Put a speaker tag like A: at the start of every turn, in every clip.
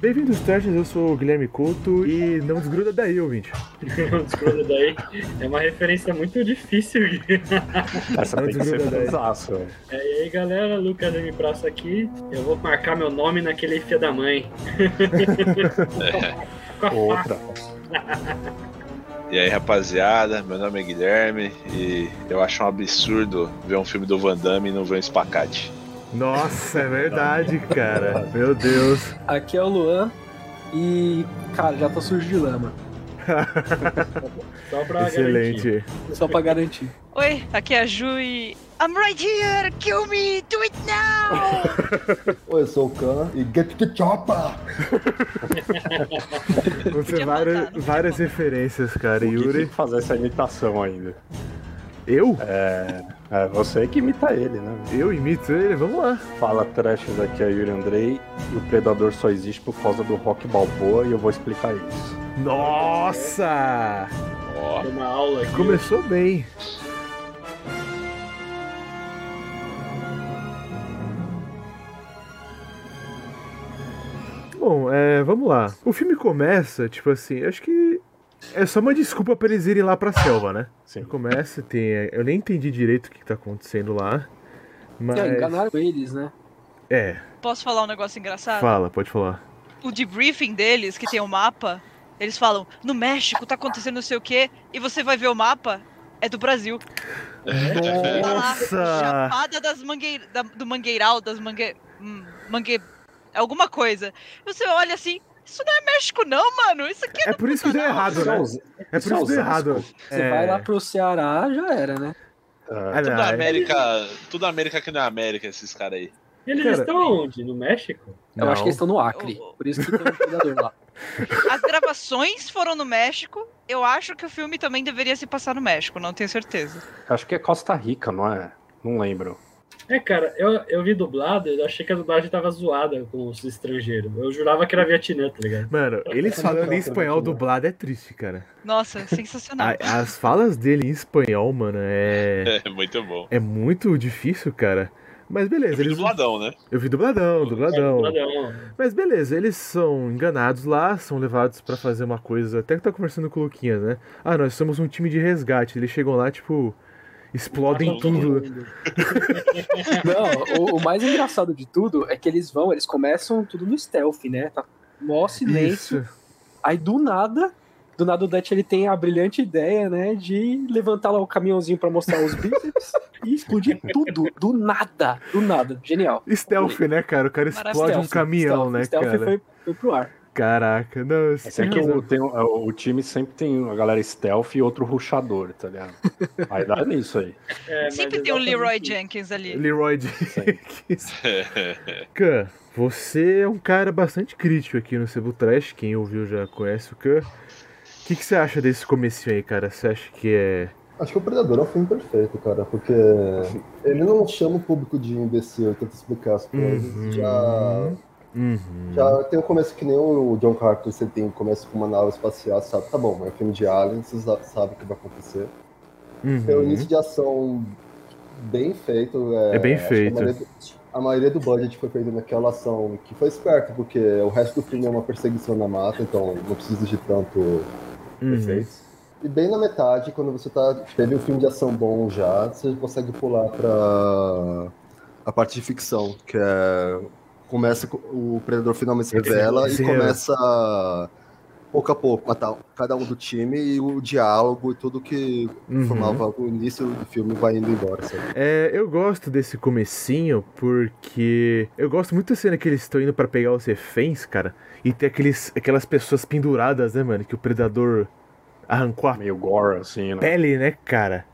A: Bem-vindos, Tardes. Eu sou o Guilherme Couto e não desgruda daí, ouvinte.
B: Não desgruda daí. É uma referência muito difícil, Gui.
C: Essa
A: Não
C: tem que ser
A: desgruda daí.
C: fanzaço.
B: É, E aí, galera, Lucas M. Praça aqui. Eu vou marcar meu nome naquele filho da mãe. Com a faca.
C: Outra.
D: E aí, rapaziada, meu nome é Guilherme e eu acho um absurdo ver um filme do Van Damme e não ver um espacate.
A: Nossa, é verdade, cara. Meu Deus.
E: Aqui é o Luan e, cara, já tô sujo de lama.
B: Só pra garantir.
A: Excelente.
E: Só pra garantir.
F: Oi, aqui é a Ju e. I'm right here, kill me, do it now!
G: Oi, eu sou o Khan e Get the Chopper!
A: Vão ser
F: Podia
A: várias,
F: botar, não
A: várias referências, cara.
C: O Gui tem
A: Yuri.
C: que fazer essa imitação ainda.
A: Eu?
C: É você que imita ele, né?
A: Eu imito ele? Vamos lá.
C: Fala trechos aqui a Yuri Andrei e o Predador só existe por causa do Rock Balboa e eu vou explicar isso.
A: Nossa!
D: Ó,
B: Uma aula aqui.
A: Começou bem. Bom, é, vamos lá. O filme começa, tipo assim, acho que é só uma desculpa pra eles irem lá pra selva, né?
C: Sim.
A: Ele Começa, tem. é, Eu nem entendi direito o que tá acontecendo lá. Mas.
E: É, enganaram eles, né?
A: É,
F: Posso falar um negócio engraçado?
A: fala, pode falar.
F: O debriefing deles, que tem o mapa, eles falam: no México tá acontecendo não sei o quê, e você vai ver o mapa, é do Brasil. Tá lá,
A: Nossa!
F: Chapada das mangueir... da- do Mangueiral, das mangue... hum, mangue... alguma coisa. Você olha assim, isso não é México não, mano, isso aqui é...
A: É por isso que deu errado, né?
C: um-
A: É por isso que deu errado.
E: Você
A: É.
E: vai lá pro Ceará, já era, né?
A: Ah,
D: tudo
A: não, é-
D: América, tudo América que não é América, esses caras aí.
B: Eles
A: Cara.
B: estão onde? No México?
E: Eu acho que eles estão no Acre.
F: Oh, oh.
E: Por isso que tem um predador lá.
F: As gravações foram no México, eu acho que o filme também deveria se passar no México, não tenho certeza.
C: Acho que é Costa Rica, não é? Não lembro.
B: É, cara, eu, eu vi dublado eu achei que a dublagem tava zoada com os estrangeiros. Eu jurava que era Vietnã, tá ligado?
A: Mano, eles falando em espanhol
E: né?
A: dublado é triste, cara.
F: Nossa, sensacional.
A: A- as falas dele em espanhol, mano, é.
D: É muito bom.
A: É muito difícil, cara. Mas beleza,
D: Eles...
A: eles.
D: Dubladão, né?
A: Eu vi dubladão, dubladão.
B: Dubladão.
A: Mas beleza, eles são enganados lá, são levados pra fazer uma coisa. Até que tá conversando com o Luquinhas, né? Ah, nós somos um time de resgate. Eles chegam lá, tipo. Explodem
B: Matam
A: tudo.
E: Não, o, o mais engraçado de tudo é que eles vão, eles começam tudo no stealth, né? Tá mó silêncio.
A: Isso.
E: Aí do nada, do nada o Dutch ele tem a brilhante ideia, né, de levantar lá o caminhãozinho pra mostrar os bíceps e explodir tudo, do nada, do nada. Genial.
A: Stealth, né, cara? O cara explode um
E: Stealth,
A: caminhão,
E: stealth,
A: né,
E: stealth
A: cara?
E: Foi, é foi pro ar.
A: Caraca, não, você
C: Esse
A: tem
C: aqui
A: razão.
C: o, É tem, o o time sempre tem a galera stealth e outro ruxador, tá ligado? Aí dá nisso aí.
B: É, mas
F: Sempre tem o
B: exatamente
F: Leroy
B: isso.
F: Jenkins ali.
A: Leroy Jenkins. Khan, você é um cara bastante crítico aqui no Cebu Trash, quem ouviu já conhece o Khan. O que, que você acha desse comecinho aí, cara? Você acha que é.
G: Acho que o Predador é um filme perfeito, cara, porque ele não chama o público de imbecil e tenta explicar as coisas.
A: Uhum.
G: Já,
A: Uhum.
G: já tem o começo que nem o John Carter, você tem o começo com uma nave espacial, sabe? Tá bom, é um filme de aliens, você sa- sabe o que vai acontecer. Tem um
A: Uhum.
G: início de ação bem feito.
A: É bem
G: acho que
A: feito.
G: A maioria, do, a maioria do budget foi feito naquela ação que foi esperto, porque o resto do filme é uma perseguição na mata, então não precisa de tanto é
A: Uhum.
G: Perfeito. E bem na metade, quando você tá, teve um filme de ação bom já, você consegue pular pra a parte de ficção, que é. Começa com- o Predador finalmente se revela
A: Sim.
G: e começa a- pouco a pouco matar cada um do time e o diálogo e tudo que
A: Uhum.
G: formava o início do filme vai indo embora. sabe?
A: É, eu gosto desse comecinho porque eu gosto muito da cena que eles estão indo pra pegar os reféns, cara, e tem aqueles, aquelas pessoas penduradas, né, mano, que o predador arrancou
G: Uhum.
A: a
C: Meio gore, assim, né?
A: pele, né, cara?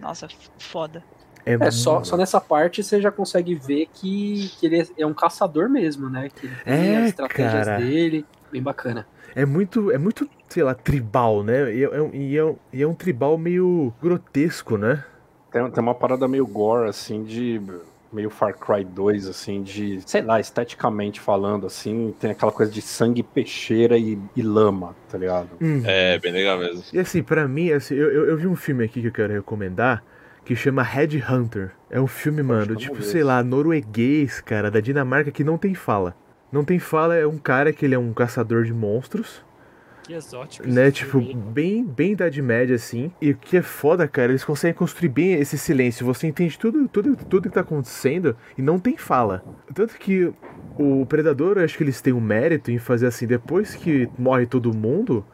F: Nossa, f- foda.
A: É,
E: É, só,
A: muito-
E: só nessa parte você já consegue ver que, que ele é- é um caçador mesmo, né? Que ele tem
A: É,
E: as estratégias
A: cara.
E: dele. Bem bacana.
A: É muito, é muito, sei lá, tribal, né? E é, é um- e é um- e é um tribal meio grotesco, né?
C: Tem, tem uma parada meio gore, assim, de. Meio Far Cry 2, assim, de. Sei lá, esteticamente falando, assim, tem aquela coisa de sangue, peixeira e, e lama, tá ligado?
A: Hum.
D: É, bem legal mesmo.
A: E assim, pra mim, assim, eu, eu, eu vi um filme aqui que eu quero recomendar que chama Red Hunter. É um filme, mano,
C: que eu não
A: tipo,
C: vi
A: sei
C: esse.
A: lá, norueguês, cara, da Dinamarca que não tem fala. Não tem fala, é um cara que ele é um caçador de monstros,
H: Que exótico.
A: né?
H: esse
A: Tipo,
H: filme, hein?
A: bem, bem Idade Média, assim. E o que é foda, cara, eles conseguem construir bem esse silêncio. Você entende tudo, tudo, tudo que tá acontecendo e não tem fala. Tanto que o Predador, eu acho que eles têm um mérito em fazer assim, depois que morre todo mundo,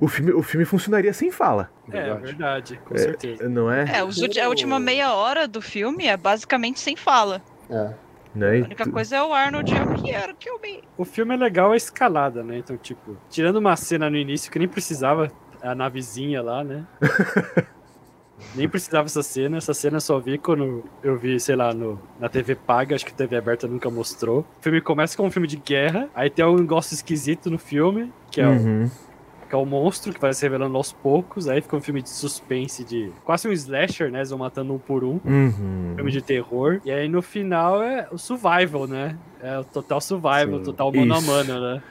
A: o filme, o filme funcionaria sem fala,
H: É,
C: Verdade.
H: verdade, com certeza.
A: não é?
F: É, os ulti- a última meia hora do filme é basicamente sem fala.
G: É.
A: Né?
F: A
A: E
F: única
A: tu-
F: coisa é o Arnold e o que era que eu me.
H: O filme é legal a escalada, né? Então, tipo, tirando uma cena no início que nem precisava, a navezinha lá, né? nem precisava essa cena, essa cena eu só vi quando eu vi, sei lá, no, na TV paga, acho que TV aberta nunca mostrou. O filme começa com um filme de guerra, aí tem um negócio esquisito no filme, que é o
A: Uhum.
H: que é o monstro que vai se revelando aos poucos. Aí fica um filme de suspense, de quase um slasher, né? Eles vão matando um por um.
A: Uhum.
H: Filme de terror. E aí no final é o survival, né? É o total survival,
C: Sim.
H: total mano a
A: Isso.
H: mano, né?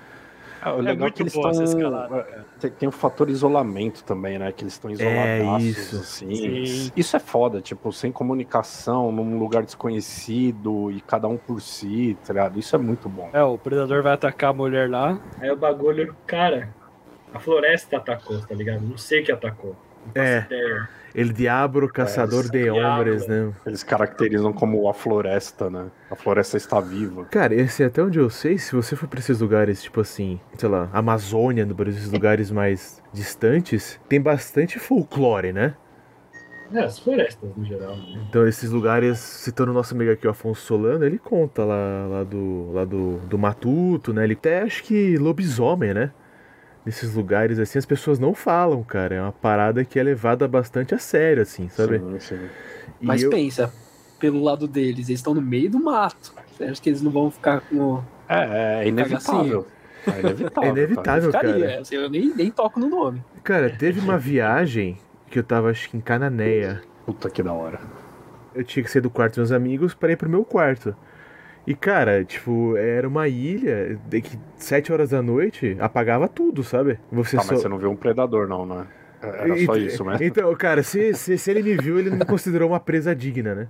C: Ah, o legal é
H: muito
C: que eles
H: boa essa
C: estão.
H: escalada,
C: Tem, tem o fator isolamento também, né? Que eles estão isolados.
A: isso.
C: Assim.
H: Sim.
C: Isso é foda, tipo, sem comunicação, num lugar desconhecido e cada um por si, tá ligado? Isso é muito bom.
H: É, o predador vai atacar a mulher lá.
B: Aí o bagulho, cara, a floresta atacou, tá ligado? Não sei o que atacou. Não faço
A: É.
B: ideia.
A: El Diablo, caçador de
B: diablo.
A: hombres, né?
C: Eles caracterizam como a floresta, né? A floresta está viva.
A: Cara, esse até onde eu sei, se você for pra esses lugares, tipo assim, sei lá, Amazônia, no Brasil, esses lugares mais distantes, tem bastante folclore, né?
B: É, as florestas no geral. Né?
A: Então esses lugares, citando o nosso amigo aqui, o Afonso Solano, ele conta lá, lá, do, lá do, do Matuto, né? Ele até acho que lobisomem, né? Nesses lugares, assim, as pessoas não falam, cara. É uma parada que é levada bastante a sério, assim, sabe?
C: Sim, sim.
A: E
E: Mas
A: eu-
E: pensa, pelo lado deles, eles estão no meio do mato. Você acha que eles não vão ficar com.
C: É, é inevitável. É inevitável.
A: É inevitável, cara.
E: Ficaria, assim, eu nem, nem toco no nome.
A: Cara, teve uma viagem que eu tava, acho que em Cananéia.
C: Tá? Puta que da hora.
A: Eu tinha que sair do quarto dos meus amigos para ir pro meu quarto. E, cara, tipo, era uma ilha de que sete horas da noite apagava tudo, sabe? Você
C: Tá,
A: só...
C: mas você não viu um predador, não, né? Era só
A: Ent-
C: isso, né?
A: Então, cara, se, se, se ele me viu, ele não me considerou uma presa digna, né?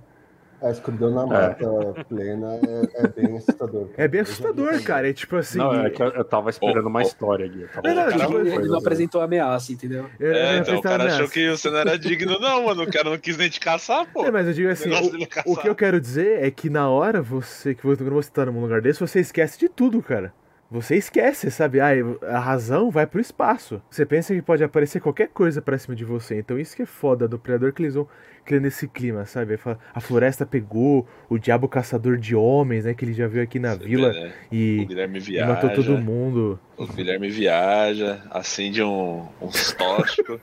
G: A escuridão na mata plena é, é bem assustador.
A: É bem
G: Eu já vi
A: assustador,
G: também.
A: cara. É tipo assim.
C: Não, é que eu, eu tava esperando uma
D: Oh, oh.
C: história aqui. Eu tava
A: Não, não,
C: esperando
A: tipo,
C: uma
E: Ele,
A: Pois
E: ele
C: coisa.
E: não apresentou ameaça, entendeu?
A: eu- eu
D: É,
A: ia
D: então, o
A: prestar
D: cara
A: ameaça.
D: achou que você não era digno, não, mano. O cara não quis nem te caçar, pô.
A: né? É, mas eu digo assim,
D: negócio
A: o,
D: dele é
A: o
D: caçar.
A: que eu quero dizer é que na hora você que você- quando você tá num lugar desse, você esquece de tudo, cara. Você esquece, sabe? Ah, eu- a razão vai pro espaço. Você pensa que pode aparecer qualquer coisa pra cima de você. Então isso que é foda do predador que eles vão criando esse clima, sabe? Aí fala, A floresta pegou, o diabo caçador de homens, né? Que ele já viu aqui na
D: Você
A: vila
D: vê, né? O
A: e,
D: Guilherme né?
A: e
D: viaja.
A: matou todo mundo.
D: O Guilherme viaja, acende um, uns tóxicos.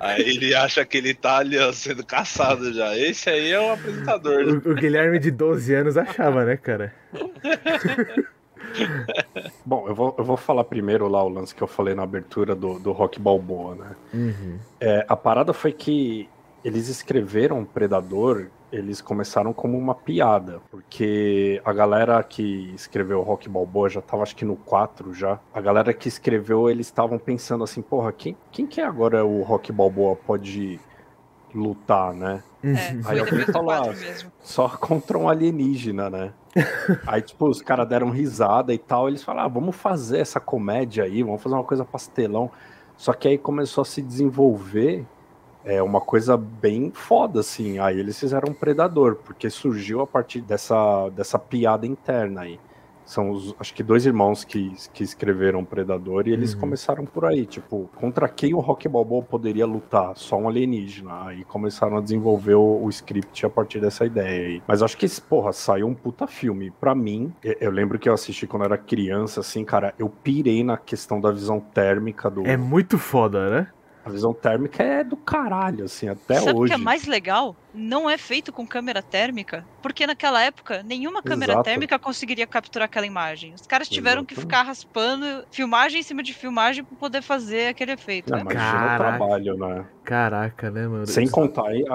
D: aí ele acha que ele tá ali ó, sendo caçado já. Esse aí é o apresentador. né?
A: O, o Guilherme de 12 anos achava, né, cara?
C: Bom, eu vou, eu vou falar primeiro lá o lance que eu falei na abertura do, do Rock Balboa, né?
A: Uhum.
C: É, a parada foi que eles escreveram um Predador, eles começaram como uma piada, porque a galera que escreveu Rock Balboa já tava acho que no 4 já. A galera que escreveu, eles estavam pensando assim, porra, quem, quem que é agora o Rock Balboa pode lutar, né?
F: É,
C: Aí
F: foi
C: eu fui
F: depois do
C: falar.
F: 4 mesmo.
C: Só contra um alienígena, né? aí, tipo, os caras deram risada e tal. Eles falaram, ah, vamos fazer essa comédia aí, vamos fazer uma coisa pastelão. Só que aí começou a se desenvolver é, uma coisa bem foda, assim. Aí eles fizeram um predador, porque surgiu a partir dessa, dessa piada interna aí. São os, acho que dois irmãos que, que escreveram Predador e eles
A: Uhum.
C: começaram por aí, tipo, contra quem o Rock Balboa poderia lutar? Só um alienígena. Aí começaram a desenvolver o, o script a partir dessa ideia aí. Mas acho que, esse- porra, saiu um puta filme. Pra mim, e- eu lembro que eu assisti quando era criança, assim, cara, eu pirei na questão da visão térmica do.
A: É muito foda, né?
C: A visão térmica é do caralho, assim, até
F: Sabe o
C: hoje.
F: que é mais legal? Não é feito com câmera térmica, porque naquela época nenhuma câmera
C: Exato.
F: térmica conseguiria capturar aquela imagem. Os caras tiveram que
C: Exato.
F: ficar raspando filmagem em cima de filmagem pra poder fazer aquele efeito.
C: Não,
F: né?
C: imagina
A: Caraca.
C: o trabalho, né?
A: Caraca, né, mano?
C: Sem contar aí a-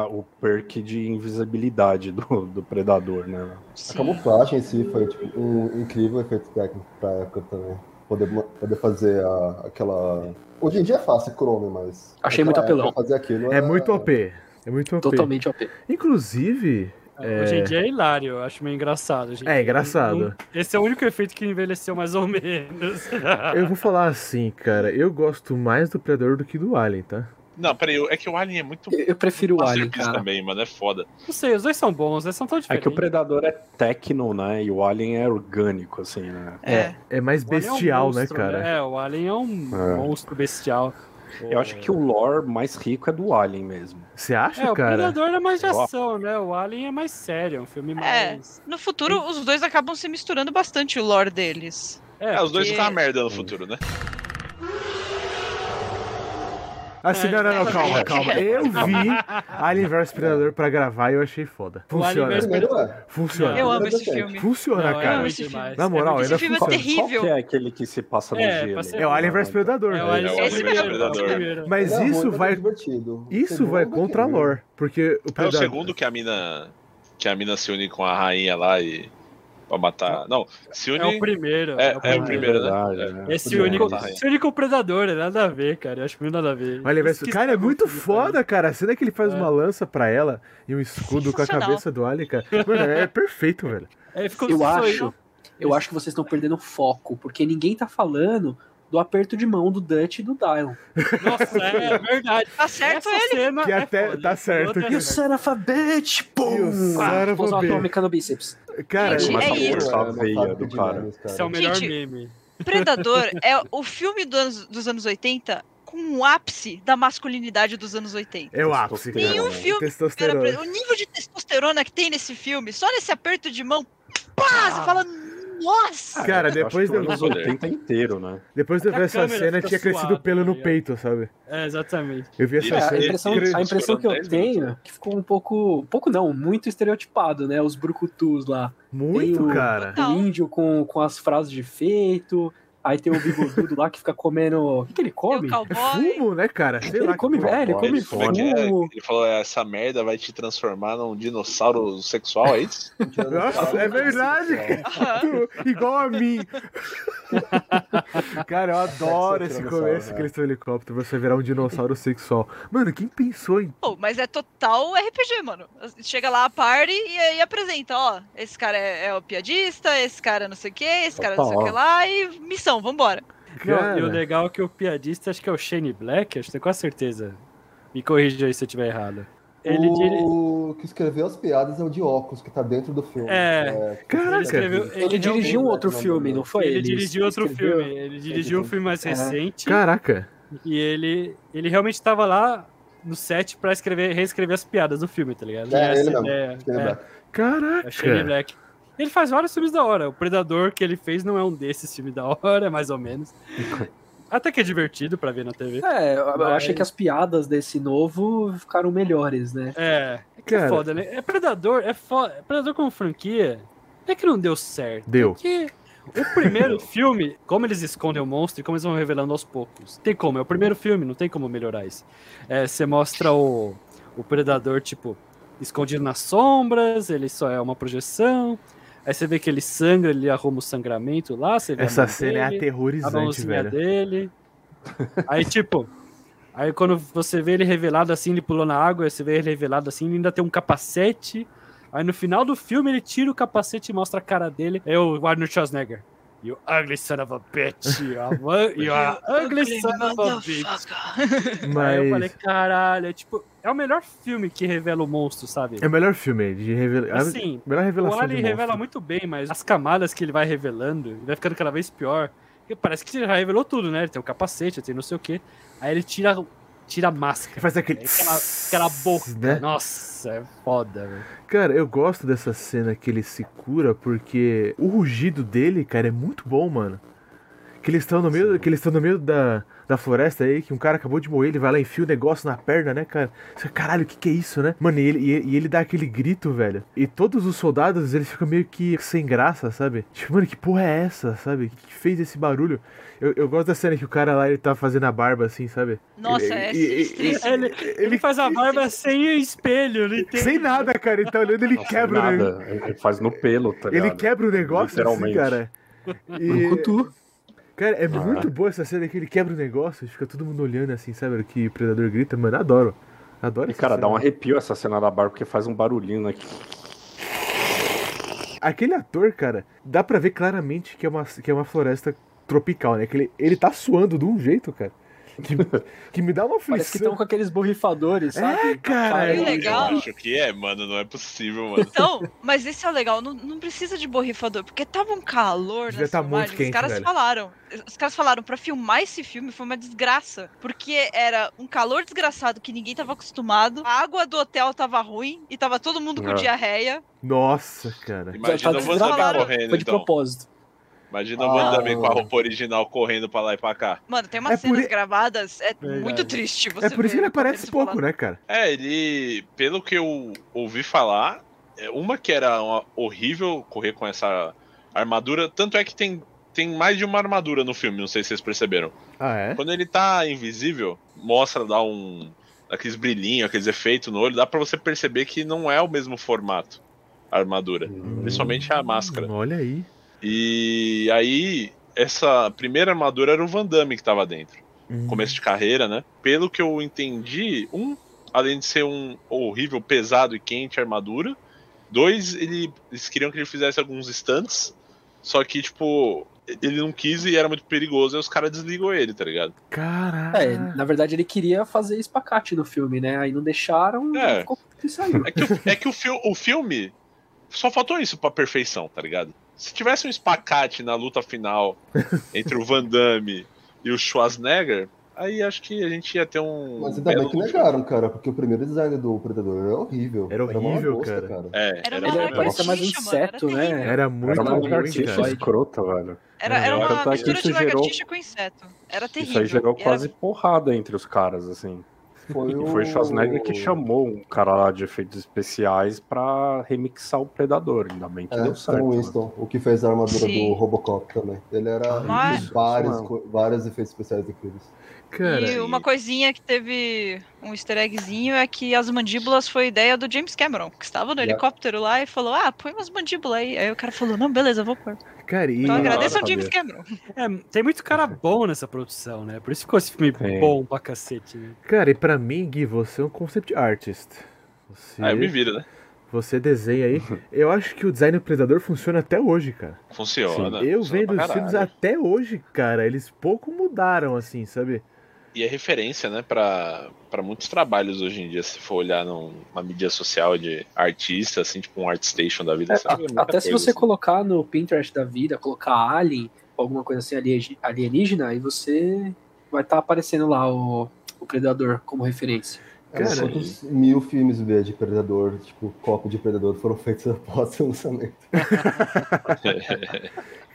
C: a- o perk de invisibilidade do, do predador, né?
G: A
F: Sim.
G: camuflagem em si foi tipo, um incrível efeito técnico pra época também. Poder, mo- poder fazer a- aquela. Hoje em dia é fácil, Chrome, mas.
E: Achei
G: naquela
E: muito
G: época,
E: apelão.
G: Fazer aquilo
A: É
G: era-
A: muito OP. É muito OP.
E: Totalmente OP.
A: Inclusive, É.
H: Hoje em dia é hilário, eu acho meio engraçado. gente.
A: É engraçado.
H: Esse é o único efeito que envelheceu mais ou menos.
A: Eu vou falar assim, cara. Eu gosto mais do Predador do que do Alien, tá?
D: Não, peraí, é que o Alien é muito
E: Eu, eu prefiro o Alien,
D: masterpiece
E: cara.
D: também, mano. É foda.
H: Não sei, os dois são bons, eles são tão
C: É
H: diferentes.
C: que o Predador é tecno, né? E o Alien é orgânico, assim, né?
F: É.
A: É mais
H: O Alien é um
A: bestial, né,
H: monstro,
A: cara?
H: É, o Alien é um
C: É.
H: monstro bestial.
C: Eu acho que o lore mais rico é do Alien mesmo.
A: Você acha,
H: É, o
A: cara?
H: Predador é mais de ação, né? O Alien é mais sério, é um filme mais.
F: No futuro, os dois acabam se misturando bastante o lore deles.
D: É,
H: É,
D: os dois
F: porque-
D: ficam uma merda no futuro, né?
A: Assim, não, não, não,
F: É.
A: calma, calma. Eu vi Alien vs Predador pra gravar e eu achei foda.
H: O Alien
A: Funciona,
H: vs-
G: Primeiro é.
A: funciona.
F: Eu amo esse
G: Não,
F: filme.
A: Funciona,
H: Não, é
A: cara.
F: eu-
H: muito
F: esse filme.
H: demais.
A: Na moral,
H: muito
A: ainda
F: Esse
H: demais.
F: filme é
A: funciona.
F: terrível.
C: Qual que é aquele que se passa no
H: É,
C: gelo?
H: passa-
A: É o Alien vs Predador,
H: É,
A: velho.
H: o Alien é
D: Esse
H: vs
D: mesmo.
H: Predador.
D: É
H: Primeiro.
A: Mas
G: Não,
A: isso
G: muito
A: vai,
G: divertido.
A: isso
G: Segundo
A: vai
G: é
A: contra a
G: terrível.
A: lore, porque o
D: É o
A: Predador...
D: segundo que a mina. Que a mina se une com a rainha lá e. Pra matar. Não, se une.
H: É o primeiro.
D: É, é
H: primeiro.
D: o primeiro, né?
C: Verdade, né?
H: Esse
C: Podia
H: único,
C: mudar.
H: esse único predador, é nada a ver, cara. Eu acho muito nada a ver.
A: Alien vs-
H: Esqueci-
A: Cara, é muito foda, cara. A cena que ele faz
H: É.
A: uma lança pra ela e um escudo com a
F: Sensacional.
A: cabeça do Alien, cara. Mano, é perfeito, velho.
H: É, ficou
E: Eu
H: só-
E: acho, eu acho que vocês estão perdendo foco, porque ninguém tá falando do aperto de mão do Dutch e do Dylan.
H: Nossa, é verdade.
F: Tá certo
H: Essa
F: ele?
H: cena
A: Que
H: é
A: até-
H: foda.
A: tá certo
H: Outra-
A: que-
E: E o Serafabete, pô!
A: E o
E: Ah, Explosão
A: Serafabete.
E: atômica no bíceps.
A: Cara,
F: Gente,
C: Mas
F: é
C: a
F: isso.
C: força
G: É,
C: veia do cara.
G: demais,
H: Esse é o
F: Gente,
H: melhor meme.
F: Predador é o filme dos anos, dos anos 80 com o ápice da masculinidade dos anos 80.
A: é o ápice, cara.
F: Nenhum filme Cara,
A: Testosterona.
F: pre- o nível de testosterona que tem nesse filme, só nesse aperto de mão, pá,
A: Ah.
F: você fala, nossa!
A: Cara,
C: Eu acho
A: depois
C: que
A: da-
C: o anos 80 inteiro, né?
A: Depois de eu
H: Até
A: ver
H: a
A: essa
H: câmera
A: cena,
H: fica
A: tinha crescido
H: suada,
A: pelo
H: tá
A: no
H: ligado?
A: peito, sabe?
H: É, exatamente.
A: Eu vi essa
D: É,
E: a
A: cena.
E: impressão,
D: Eles-
E: a impressão que eu
D: eles-
E: tenho é que ficou um pouco. Pouco não, muito estereotipado, né? Os brucutus lá.
A: Muito,
E: Tem o-
A: cara.
E: O
F: Não.
E: índio com, com as frases de feito. Aí tem o bigodudo lá que fica comendo. O que, que ele
F: E o
E: come?
A: É
F: cowboy.
A: fumo, né, cara? Sei
E: Ele
A: lá.
E: come,
A: que-
E: é, ele come
D: Ele, como é que é?
E: fumo.
D: Ele falou: essa merda vai te transformar num dinossauro sexual, é isso?
A: Nossa, é verdade, cara.
F: Aham.
A: Tu- Igual a mim. cara, eu adoro esse
G: Sexo
A: começo
G: dinossauro,
A: que eles estão no helicóptero. Você virar um dinossauro sexual. Mano, quem pensou em.
F: Pô, mas é total RPG, mano. Chega lá a party e aí apresenta, ó, esse cara é, é o piadista, esse cara não sei o que, esse cara não sei o que lá, e missão, vambora.
H: Não,
A: Cara,
H: e o legal é que o piadista, acho que é o Shane Black, acho que tenho quase certeza. Me corrija aí se eu estiver errado. Ele, diri-
G: O que escreveu as piadas é o de óculos, que tá dentro do filme.
H: É.
A: Caraca.
H: ele escreveu. Ele,
E: Ele dirigiu um
G: realmente-
E: outro filme, não foi?
H: ele dirigiu outro
E: escreveu-
H: filme. Ele dirigiu um filme mais
E: É.
H: recente.
A: Caraca.
H: E ele, ele realmente estava lá no set pra escrever, reescrever as piadas do filme, tá ligado?
G: É,
H: E essa
G: ele mesmo,
H: ideia-
G: Shane
H: é,
G: Black.
H: é o Shane
A: Caraca.
H: Black. Ele faz vários filmes da hora. O Predador que ele fez não é um desses filmes da hora, mais ou menos. Até que é divertido pra ver na TV.
E: É, eu eu
H: Mas-
E: achei que as piadas desse novo ficaram melhores, né?
H: É, é que
A: Cara.
H: é foda, né? É Predador, é foda. Predador como franquia, não é que não deu certo.
A: Deu.
H: Porque o primeiro filme, como eles escondem o monstro e como eles vão revelando aos poucos. Tem como, é o primeiro filme, não tem como melhorar isso. É, você mostra o, o Predador, tipo, escondido nas sombras, ele só é uma projeção. Aí você vê que ele sangra, ele arruma o sangramento lá, você vê a
A: Essa
H: mão
A: cena é
H: dele a
A: aterrorizante,
H: mãozinha
A: velho.
H: dele. Aí, tipo, aí quando você vê ele revelado assim, ele pulou na água, aí você vê ele revelado assim, ele ainda tem um capacete. Aí no final do filme ele tira o capacete e mostra a cara dele. É o Arnold Schwarzenegger. You ugly son of a bitch. You are, one- you are ugly son of a bitch.
F: Motherfucker.
A: Mas.
H: Aí eu falei, caralho, é tipo, é o melhor filme que revela o monstro, sabe?
A: É o melhor filme de revelação.
H: Assim,
A: melhor
H: O
A: revelação de
H: Alien
A: monstro.
H: revela muito bem, mas as camadas que ele vai revelando, ele vai ficando cada vez pior. Porque parece que ele já revelou tudo, né? Ele tem o capacete, ele tem não sei o quê. Aí ele tira, tira a
A: Ele
H: máscara.
A: faz aquele.
H: É aquela- aquela boca.
A: Né?
H: Nossa, é foda, velho.
A: Cara, eu gosto dessa cena que ele se cura porque o rugido dele, cara, é muito bom, mano. Que eles estão no meio, que eles estão no meio da, da floresta aí, que um cara acabou de morrer, ele vai lá e enfia o negócio na perna, né, cara? Você fala, Caralho, o que, que é isso, né? Mano, e ele, e ele- e ele dá aquele grito, velho. E todos os soldados, eles ficam meio que sem graça, sabe? Tipo, mano, que porra é essa, sabe? O que, que fez esse barulho? Eu, eu gosto da cena que o cara lá, ele tá fazendo a barba assim, sabe?
F: Nossa, é
A: E- e- e-
F: sinistríssimo.
H: Ele, ele faz a barba sem espelho, não entende?
A: Sem nada, cara, ele tá olhando, ele
C: Não faz
A: quebra, né?
C: nada. Ele faz no pelo, tá
A: Ele
C: ligado?
A: quebra o negócio, assim,
C: Literalmente. Ah.
A: cara. E,
E: Brucutu.
A: cara, é muito boa essa cena que ele quebra o negócio, fica todo mundo olhando assim, sabe? O que o predador grita, mano, adoro. Adoro
C: E,
A: essa
C: cara,
A: cena.
C: dá um arrepio essa cena da barba, porque faz um barulhinho, né?
A: aquele ator, cara, dá pra ver claramente que é uma, que é uma floresta tropical, né? Que ele, ele tá suando de um jeito, cara. Que, que me dá uma
E: Parece que
A: aflição.
E: estão com aqueles borrifadores, sabe?
A: É, cara.
E: Aí,
F: Que legal.
D: Eu acho que é, mano. Não é possível, mano.
F: Então, mas esse é o legal, não, não precisa de borrifador, porque tava um calor
A: Devia
F: nessa
A: tá
F: filmagem,
A: muito quente,
F: os caras
A: velho.
F: falaram. Os caras falaram, pra filmar esse filme foi uma desgraça. Porque era um calor desgraçado que ninguém tava acostumado, a água do hotel tava ruim e tava todo mundo com
C: É.
F: diarreia.
A: Nossa, cara.
D: Imagina
E: tá
D: o Van Damme
F: desgramado.
D: correndo,
E: Foi de
D: então.
E: propósito.
D: Imagina o Van
E: Ah,
D: Damme com a
E: mano.
D: roupa original correndo pra lá e pra cá.
F: Mano, tem
A: É
F: umas
A: por
F: cenas
A: i-
F: gravadas, é muito
E: Verdade.
F: triste você
A: É por isso que
F: ver
A: ele aparece
F: eles
A: pouco,
F: falando.
A: né, cara?
D: É, ele. Pelo que eu ouvi falar, é, uma que era uma- horrível correr com essa armadura. Tanto é que tem, tem mais de uma armadura no filme, não sei se vocês perceberam.
A: Ah, é?
D: Quando ele tá invisível, mostra dá um. aqueles brilhinhos, aqueles efeitos no olho, dá pra você perceber que não é o mesmo formato a armadura. Principalmente a máscara.
A: Hum, Olha aí.
D: E aí, essa primeira armadura era o Van Damme que tava dentro
A: Hum.
D: começo de carreira, né? Pelo que eu entendi, um, além de ser um horrível, pesado e quente armadura, dois, ele, eles queriam que ele fizesse alguns stunts, só que, tipo, ele não quis e era muito perigoso, aí os caras desligam ele, tá ligado?
A: Caraca.
E: É, na verdade ele queria fazer espacate no filme, né? Aí não deixaram,
D: É.
E: é. ficou isso aí.
D: É que, o- é que o, fil- o filme só faltou isso pra perfeição, tá ligado? Se tivesse um espacate na luta final entre o Van Damme e o Schwarzenegger, aí acho que a gente ia ter um.
G: Mas ainda bem
D: belo
G: que
D: filme.
G: negaram, cara, porque o primeiro design do Predador era horrível.
A: Era
G: uma
A: horrível,
G: lagosta,
A: cara.
D: É,
F: Era
D: era
F: uma
E: Ele
D: bem
F: lagartixa,
D: legal.
E: parece mais um
F: mano, era
E: inseto,
F: terrível.
E: né?
A: Era muito
C: Era uma
A: ruim,
C: lagartixa
A: cara.
C: escrota, um velho.
F: Era, era
D: Tanto
F: uma
D: é
C: que
F: mistura de
C: isso tá gerou-
F: lagartixa com inseto. Era terrível.
C: Isso aí gerou
F: E era-
C: quase porrada entre os caras, assim.
G: Foi
C: E foi o Schwarzenegger que chamou um cara lá de efeitos especiais pra remixar o Predador. Ainda bem que
G: É,
C: deu certo. né?
G: Sam Winston, o que fez a armadura
F: Sim. Ah,
G: do Robocop também. Ele era
F: Mas-
G: Isso, vários,
C: mano.
G: co- vários efeitos especiais incríveis.
A: Cara,
F: e uma coisinha que teve um easter eggzinho é que as mandíbulas foi ideia do James Cameron, que estava no
G: Yeah.
F: helicóptero lá e falou: Ah, põe umas mandíbulas aí. Aí o cara falou: Não, beleza, eu vou pôr.
A: cara, e...
F: Então
C: Ih,
F: agradeço ao
C: sabia.
F: James Cameron.
H: É, tem muito cara bom nessa produção, né? Por isso ficou esse filme
C: Tem.
H: bom pra cacete, né?
A: Cara, e pra mim, Gui, você é um concept artist. Você,
D: Aí eu me viro, né?
A: você desenha aí. Eu acho que o design do Predador funciona até hoje, cara.
D: Funciona.
A: Eu
D: funciona
A: vendo
D: pra
A: os filmes
D: caralho.
A: até hoje, cara. Eles pouco mudaram, assim, sabe?
D: E é referência, né, pra, pra muitos trabalhos hoje em dia, se for olhar numa mídia social de artista, assim, tipo um artstation da vida.
E: É,
D: você vê muita
E: Até se
D: coisa,
E: você
D: assim.
E: colocar no Pinterest da vida, colocar Alien, alguma coisa assim aliegi- alienígena, aí você vai estar aparecendo lá o, o Predador como referência.
G: Cara,
A: Cara,
G: quantos mil filmes B de Predador, tipo, cópia de Predador, foram feitos após o lançamento?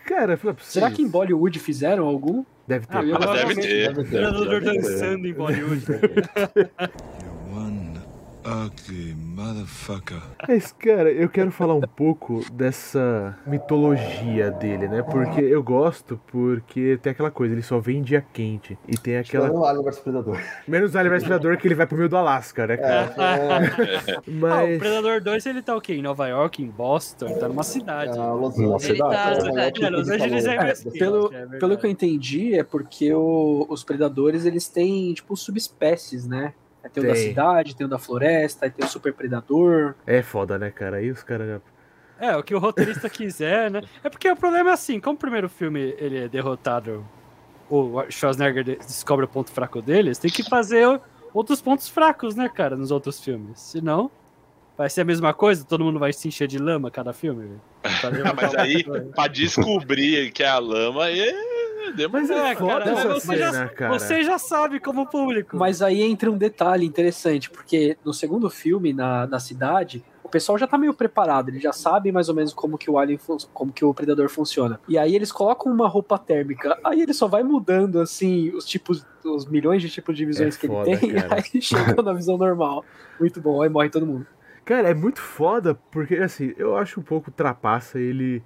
A: Cara, eu falei pra
E: Será
A: vocês,
E: que em Bollywood fizeram algum?
A: Deve ter.
H: Ah, eu
D: Ah,
H: gosto
D: deve
C: É.
H: muito
D: ter.
G: Deve ter,
H: Predador
G: deve ter.
H: dançando em Bollywood.
I: One ugly motherfucker.
A: Mas, cara, eu quero falar um pouco dessa mitologia dele, né? Porque eu gosto, porque tem aquela coisa, ele só vem em dia quente. E tem aquela.
G: Não, é Alien vs Predador.
A: Menos Alien vs Predador que ele vai pro meio do Alasca, né, cara?
G: É, foi,
H: Ah, o
A: Mas.
H: Predador 2 ele tá o quê? Em Nova York, em Boston, ele tá numa cidade.
G: é, Los
F: Ele
G: Angeles.
F: tá-
G: é, maior
H: É, Los Angeles é
G: falou.
H: mais quente,
E: pelo-
H: é verdade.
E: Pelo que eu entendi, é porque o- os predadores eles têm tipo subespécies, né? Aí Tem o da
A: Tem.
E: cidade, tem o da floresta, aí tem o super predador.
A: É foda, né, cara? Aí os caras já.
H: É, o que o roteirista quiser, né? É porque o problema é assim, como o primeiro filme ele é derrotado, o Schwarzenegger de- descobre o ponto fraco deles, tem que fazer o- outros pontos fracos, né, cara, nos outros filmes. Senão, vai ser a mesma coisa, todo mundo vai se encher de lama cada filme. velho. Pra derrotar
D: Mas
A: Então,
H: o
D: aí,
H: Predador.
D: pra descobrir que é a lama, e... demora.
A: Mas é,
H: É,
A: foda
H: cara,
A: essa
H: você já-
A: cena, cara.
H: Você já sabe como público.
E: Mas aí entra um detalhe interessante, porque no segundo filme, na, na cidade, o pessoal já tá meio preparado, eles já sabem mais ou menos como que o alien fun- como que o predador funciona. E aí eles colocam uma roupa térmica, aí ele só vai mudando assim os tipos, os milhões de tipos de visões que
A: foda,
E: ele tem,
A: cara.
E: aí chega na visão normal. Muito bom, aí morre todo mundo.
A: Cara, é muito foda, porque assim, eu acho um pouco trapaça ele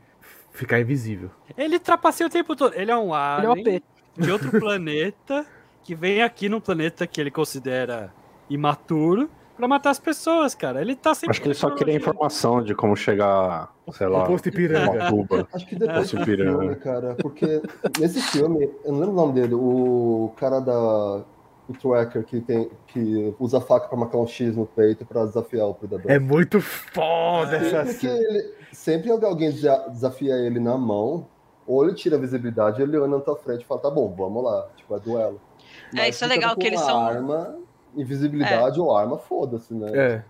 A: ficar invisível.
H: Ele trapaceia o tempo todo. Ele é um
E: Ele é
H: alien.
E: OP.
H: de outro planeta que vem aqui num planeta que ele considera imaturo pra matar as pessoas, cara. Ele tá sempre.
C: Acho que ele só queria informação de como chegar, sei lá,
A: O posto né, Ipiranga.
C: uma Cuba.
G: Acho que depois
C: Esse
G: do
C: piranha.
G: filme, cara, porque nesse filme, eu não lembro o nome dele, o cara da o tracker que, tem, que usa a faca pra marcar um X no peito pra desafiar o predador.
A: É muito
E: É.
A: foda essa
G: Sempre que
A: cena.
G: ele- sempre que alguém desa- desafia ele na mão, ou ele tira a visibilidade, ele anda na tua frente e fala, tá bom, vamos lá, tipo, é duelo.
F: É, isso é
G: se
F: legal
G: tá com
F: que eles
G: uma
F: são-
G: arma, invisibilidade ou arma, foda-se, né?
A: É.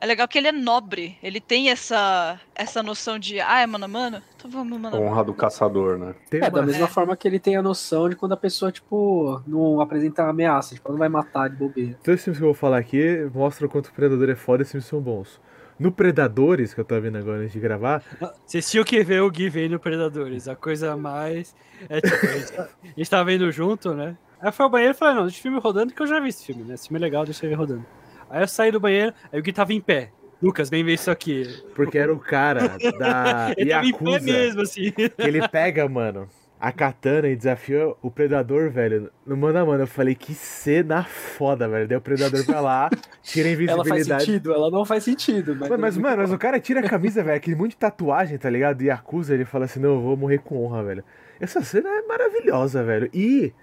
F: É legal que ele é nobre. Ele tem essa, essa noção de, ah, é mano a mano? Então vamos mano a mano.
C: Honra do caçador, né?
A: Tem
E: É, da
A: uma-
E: mesma
F: É.
E: forma que ele tem a noção de quando a pessoa, tipo, não apresenta ameaça, tipo, ela não vai matar de bobeira.
A: Todos os filmes que eu vou falar aqui mostram o quanto o Predador é foda e os filmes são bons. No Predadores, que eu tava vendo agora antes de gravar,
H: Vocês tinham que ver o Gui vendo Predadores. A coisa mais. É tipo, a gente, tá- a gente tava vendo junto, né? Aí foi ao banheiro e falei, não, deixa o filme rodando, que eu já vi esse filme, né? Esse filme é legal, deixa eu ver rodando. Aí eu saí do banheiro, aí o Gui tava em pé. Lucas, vem ver isso aqui.
A: porque era o cara da
H: Ele tá tava em pé
A: Yakuza.
H: mesmo, assim.
A: que ele pega, mano, a katana e desafia o predador, velho. No mano a mano, eu falei, que cena foda, velho. Daí o predador vai lá, tira a
E: Ela faz
A: invisibilidade.
E: sentido, né? ela não faz sentido. Mas,
A: Mano, mas, mano, mas o cara tira a camisa, velho, aquele monte de tatuagem, tá ligado? E acusa, ele fala assim, não, eu vou morrer com honra, velho. Essa cena é maravilhosa, velho. E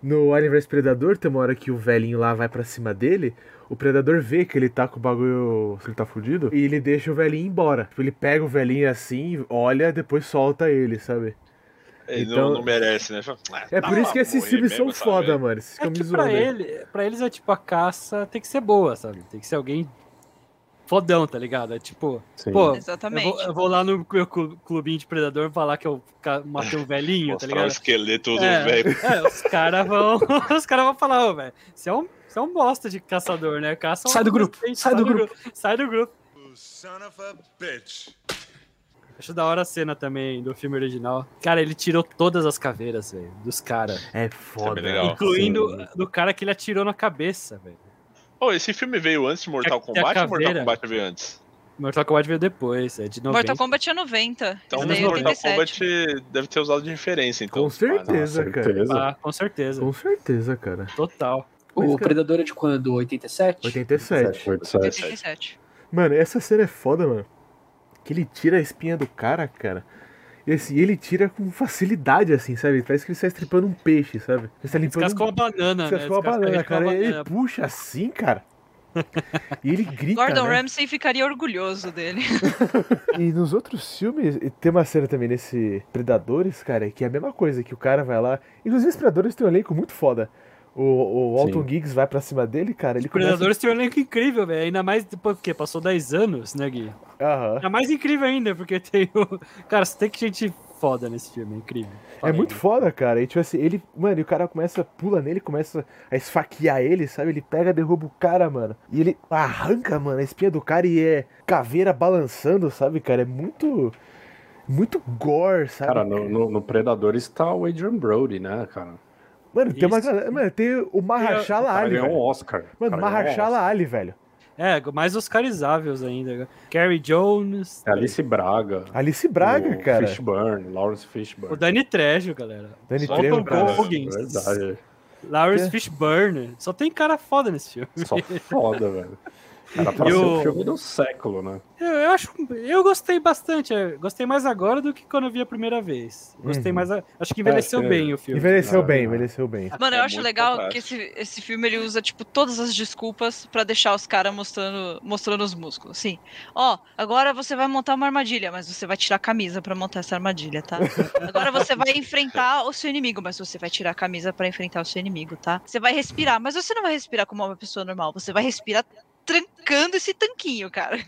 A: no Alien vs Predador, tem uma hora que o velhinho lá vai pra cima dele, o Predador vê que ele tá com o bagulho, que ele tá fudido, e ele deixa o velhinho embora. Tipo, ele pega o velhinho assim, olha, depois solta ele, sabe?
D: Ele
A: Então-
D: não, não merece, né? Fala, "Ah,
A: É
D: dá
A: por isso
D: pra
A: que esses
D: morrer
A: filmes
D: mesmo né?
A: são
D: essa
A: foda,
D: vez."
A: mano. Esses
H: É que
A: filmes
H: pra, ele, pra eles é tipo, a caça tem que ser boa, sabe? Tem que ser alguém fodão, tá ligado? É tipo,
C: Sim. Ah,
H: pô, eu
F: Exatamente.
H: vou, eu vou lá no meu clu- clubinho de Predador falar que eu ca- matei um velhinho, tá
D: Mostrar o
H: ligado?
D: esqueleto do
H: É,
D: velho.
H: é, os caras vão. Os caras vão falar, ô, velho, você é um. Você é um bosta de caçador, né? Caça um
E: Sai do grupo,
H: inocente,
E: sai do grupo.
H: sai do grupo.
I: Son of a bitch.
H: Acho da hora a cena também do filme original. Cara, ele tirou todas as caveiras, velho, dos caras.
A: É foda.
D: Também legal.
H: Incluindo do cara que ele atirou na cabeça, velho.
D: Ô, esse filme veio antes de
F: É
D: Mortal
H: Que- que a
D: Kombat ou Mortal
H: caveira-
D: Kombat veio antes?
H: Mortal Kombat veio depois, é de 90.
F: Mortal Kombat é 90.
D: Então
F: Isso
D: o
F: daí é
D: Mortal
F: 87.
D: Kombat deve ter usado de referência, então.
A: Com certeza,
C: Ah,
A: cara.
C: certeza.
H: Ah, com certeza.
A: Com certeza, cara.
H: Total.
E: O Predador é de quando? 87?
A: 87.
C: 87.
D: é
F: 87.
A: Mano, essa cena é foda, mano. Que ele tira a espinha do cara, cara. E assim, ele tira com facilidade, assim, sabe? Parece que ele está estripando um peixe, sabe? Ele está limpando
H: Descascou
A: um...
H: uma banana, né?
A: Descascou uma
H: Descascou-
A: banana,
H: ele ficou
A: cara.
H: uma
A: Ele
H: banana.
A: puxa assim, cara. E ele grita,
F: Gordon
A: né?
F: Ramsay ficaria orgulhoso dele.
A: E nos outros filmes, e tem uma cena também nesse Predadores, cara, que é a mesma coisa, que o cara vai lá. Inclusive, os Predadores tem um elenco muito foda. O, o Walton Giggs vai pra cima dele, cara, ele
H: O Predador se um elenco incrível, velho. Ainda mais depois, porque passou 10 anos, né, Gui?
A: começa... Aham.
H: É mais incrível ainda, porque tem o. Cara, você tem que gente foda nesse filme, é incrível.
A: É
H: Falei.
A: muito foda, cara. E tipo assim, ele. Mano, e o cara começa, pula nele, começa a esfaquear ele, sabe? Ele pega, derruba o cara, mano. E ele arranca, mano, a espinha do cara e é caveira balançando, sabe, cara? É muito. Muito gore, sabe?
C: Cara, no, no, no Predador está o Adrian Brody, né, cara?
A: mano, tem uma
H: isso.
A: galera. Mano, tem o Mahershala
C: Cara,
A: Ali.
C: ganhou um
A: velho.
C: Oscar.
A: Mano,
C: Cara, ganhou um
A: Mahershala
C: Oscar.
A: Ali, velho.
H: É, mais oscarizáveis ainda. Carrie Jones.
C: É Alice Braga.
A: Alice Braga,
C: o
A: cara.
C: Fishburne, Lawrence
H: O
C: Fishburne. É,
H: Danny Trejo, galera.
A: Danny
H: Só o
A: Trejo,
H: Tom
A: cara.
H: Goggins.
C: Verdade.
H: Lawrence
A: É.
H: Fishburne. Só tem cara foda nesse filme.
C: Só foda, velho. Era pra
H: E
C: ser
H: o-
C: o filme do século, né?
H: Eu, eu acho. Eu gostei bastante. é, Gostei mais agora do que quando eu vi a primeira vez. Gostei
A: Uhum. é.
H: mais. a- Acho que envelheceu
C: Acho que-
H: bem o filme.
A: Envelheceu
C: Ah,
A: bem,
C: não.
A: envelheceu bem.
F: Mano, eu
D: É
F: acho
D: muito
F: legal que
D: fantástico.
F: esse, esse filme ele usa, tipo, todas as desculpas pra deixar os caras mostrando, mostrando os músculos. Sim. Ó, agora você vai montar uma armadilha, mas você vai tirar a camisa pra montar essa armadilha, tá? Agora você vai enfrentar o seu inimigo, mas você vai tirar a camisa pra enfrentar o seu inimigo, tá? Você vai respirar, mas você não vai respirar como uma pessoa normal, você vai respirar trancando esse tanquinho, cara.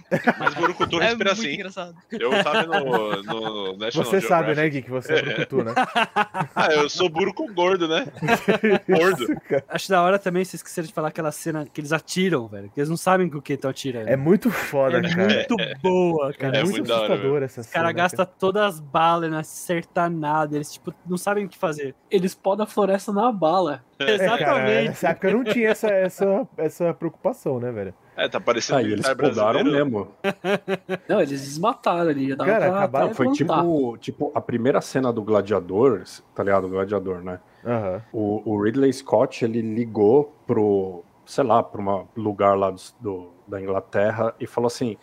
D: Mas Borucutu
F: é
D: respira
F: muito
D: assim.
F: engraçado.
D: Eu tava no, no National
A: Você sabe,
D: Geographic.
A: né, Gui, que você é brucutu, né?
D: Ah, eu sou burco gordo, né? gordo.
H: Acho da hora também, vocês esqueceram de falar aquela cena que eles atiram, velho. Que eles não sabem com o que estão atirando.
A: É muito foda,
H: É
A: cara.
H: muito boa, cara.
A: É,
D: É
A: muito
D: muito da hora,
A: assustador essa
H: Os
A: cena. né?
H: caras gastam todas as balas, não acerta nada. Eles, tipo, não sabem o que fazer.
E: Eles podam a floresta na bala.
A: É, cara,
H: Exatamente.
A: nessa época não tinha essa, essa, essa preocupação, né, velho?
D: É, tá parecendo
C: Aí eles
D: militar
C: podaram
D: brasileiro.
C: mesmo.
E: Não, eles desmataram ali. Já dava
A: Cara,
E: pra,
A: acabaram-
E: pra
C: Foi
E: plantar.
C: tipo, tipo a primeira cena do Gladiador, tá ligado? Gladiador, né?
A: Aham.
C: O, o Ridley Scott, ele ligou pro, sei lá, pra um lugar lá do, do- da Inglaterra e falou assim: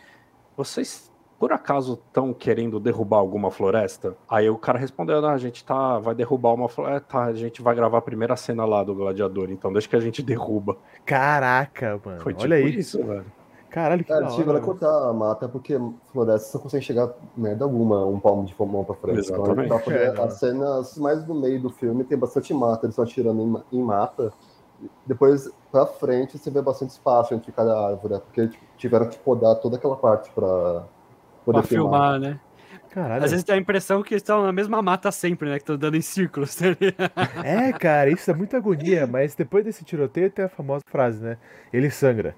C: vocês por acaso estão querendo derrubar alguma floresta? Aí o cara respondeu, ah, a gente tá, vai derrubar uma floresta, tá, a gente vai gravar a primeira cena lá do Gladiador, então deixa que a gente derruba.
A: Caraca, mano.
C: Foi tipo
A: É, Olha aí.
C: isso, velho.
A: Caralho, que
G: Cara,
A: da
G: chega lá
A: hora, mano.
G: cortar é a mata, porque floresta você não consegue chegar merda alguma, um palmo de mão pra frente. Então,
C: Exatamente.
G: dá pra-
A: É.
G: As cenas mais no meio do filme tem bastante mata, eles estão atirando em, ma- em mata. Depois, pra frente, você vê bastante espaço entre cada árvore, né? porque tipo, tiveram que podar toda aquela parte pra poder
H: pra filmar, né?
A: Caralho.
H: Às vezes dá a impressão que estão na mesma mata sempre, né? Que estão dando em círculos. tá ligado?
A: É, cara, isso é muita agonia, mas depois desse tiroteio tem a famosa frase, né? Ele sangra.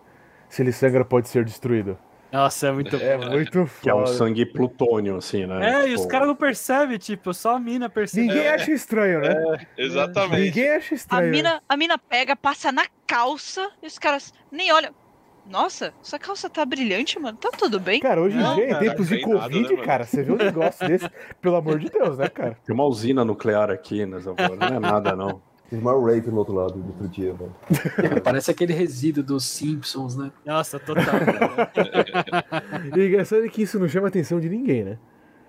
A: Se ele sangra, pode ser destruído.
H: Nossa, é muito
A: É
H: bom.
A: muito
C: Que é um
A: foda.
C: sangue plutônio, assim, né?
H: É, e os
C: Tipo,
H: caras não percebem, tipo, só a mina percebe.
A: Ninguém é- acha estranho, né?
D: Exatamente.
A: Ninguém acha
F: A
A: estranho. né?
F: mina, a mina pega, passa na calça e os caras nem olham. Nossa, essa calça tá brilhante, mano. Tá tudo bem?
A: Cara, hoje em
D: Não,
A: dia, em
D: cara,
A: tempos de
D: tem nada,
A: Covid,
D: né, mano?
A: cara, você vê um negócio desse, pelo amor de Deus, né, cara?
C: Tem uma usina nuclear aqui, né? Zé Paulo? Não é nada, não.
G: Teve uma rape no outro lado do outro dia, velho.
E: É, Parece aquele resíduo dos Simpsons, né?
H: Nossa, total. cara.
A: E o engraçado é que isso não chama a atenção de ninguém, né?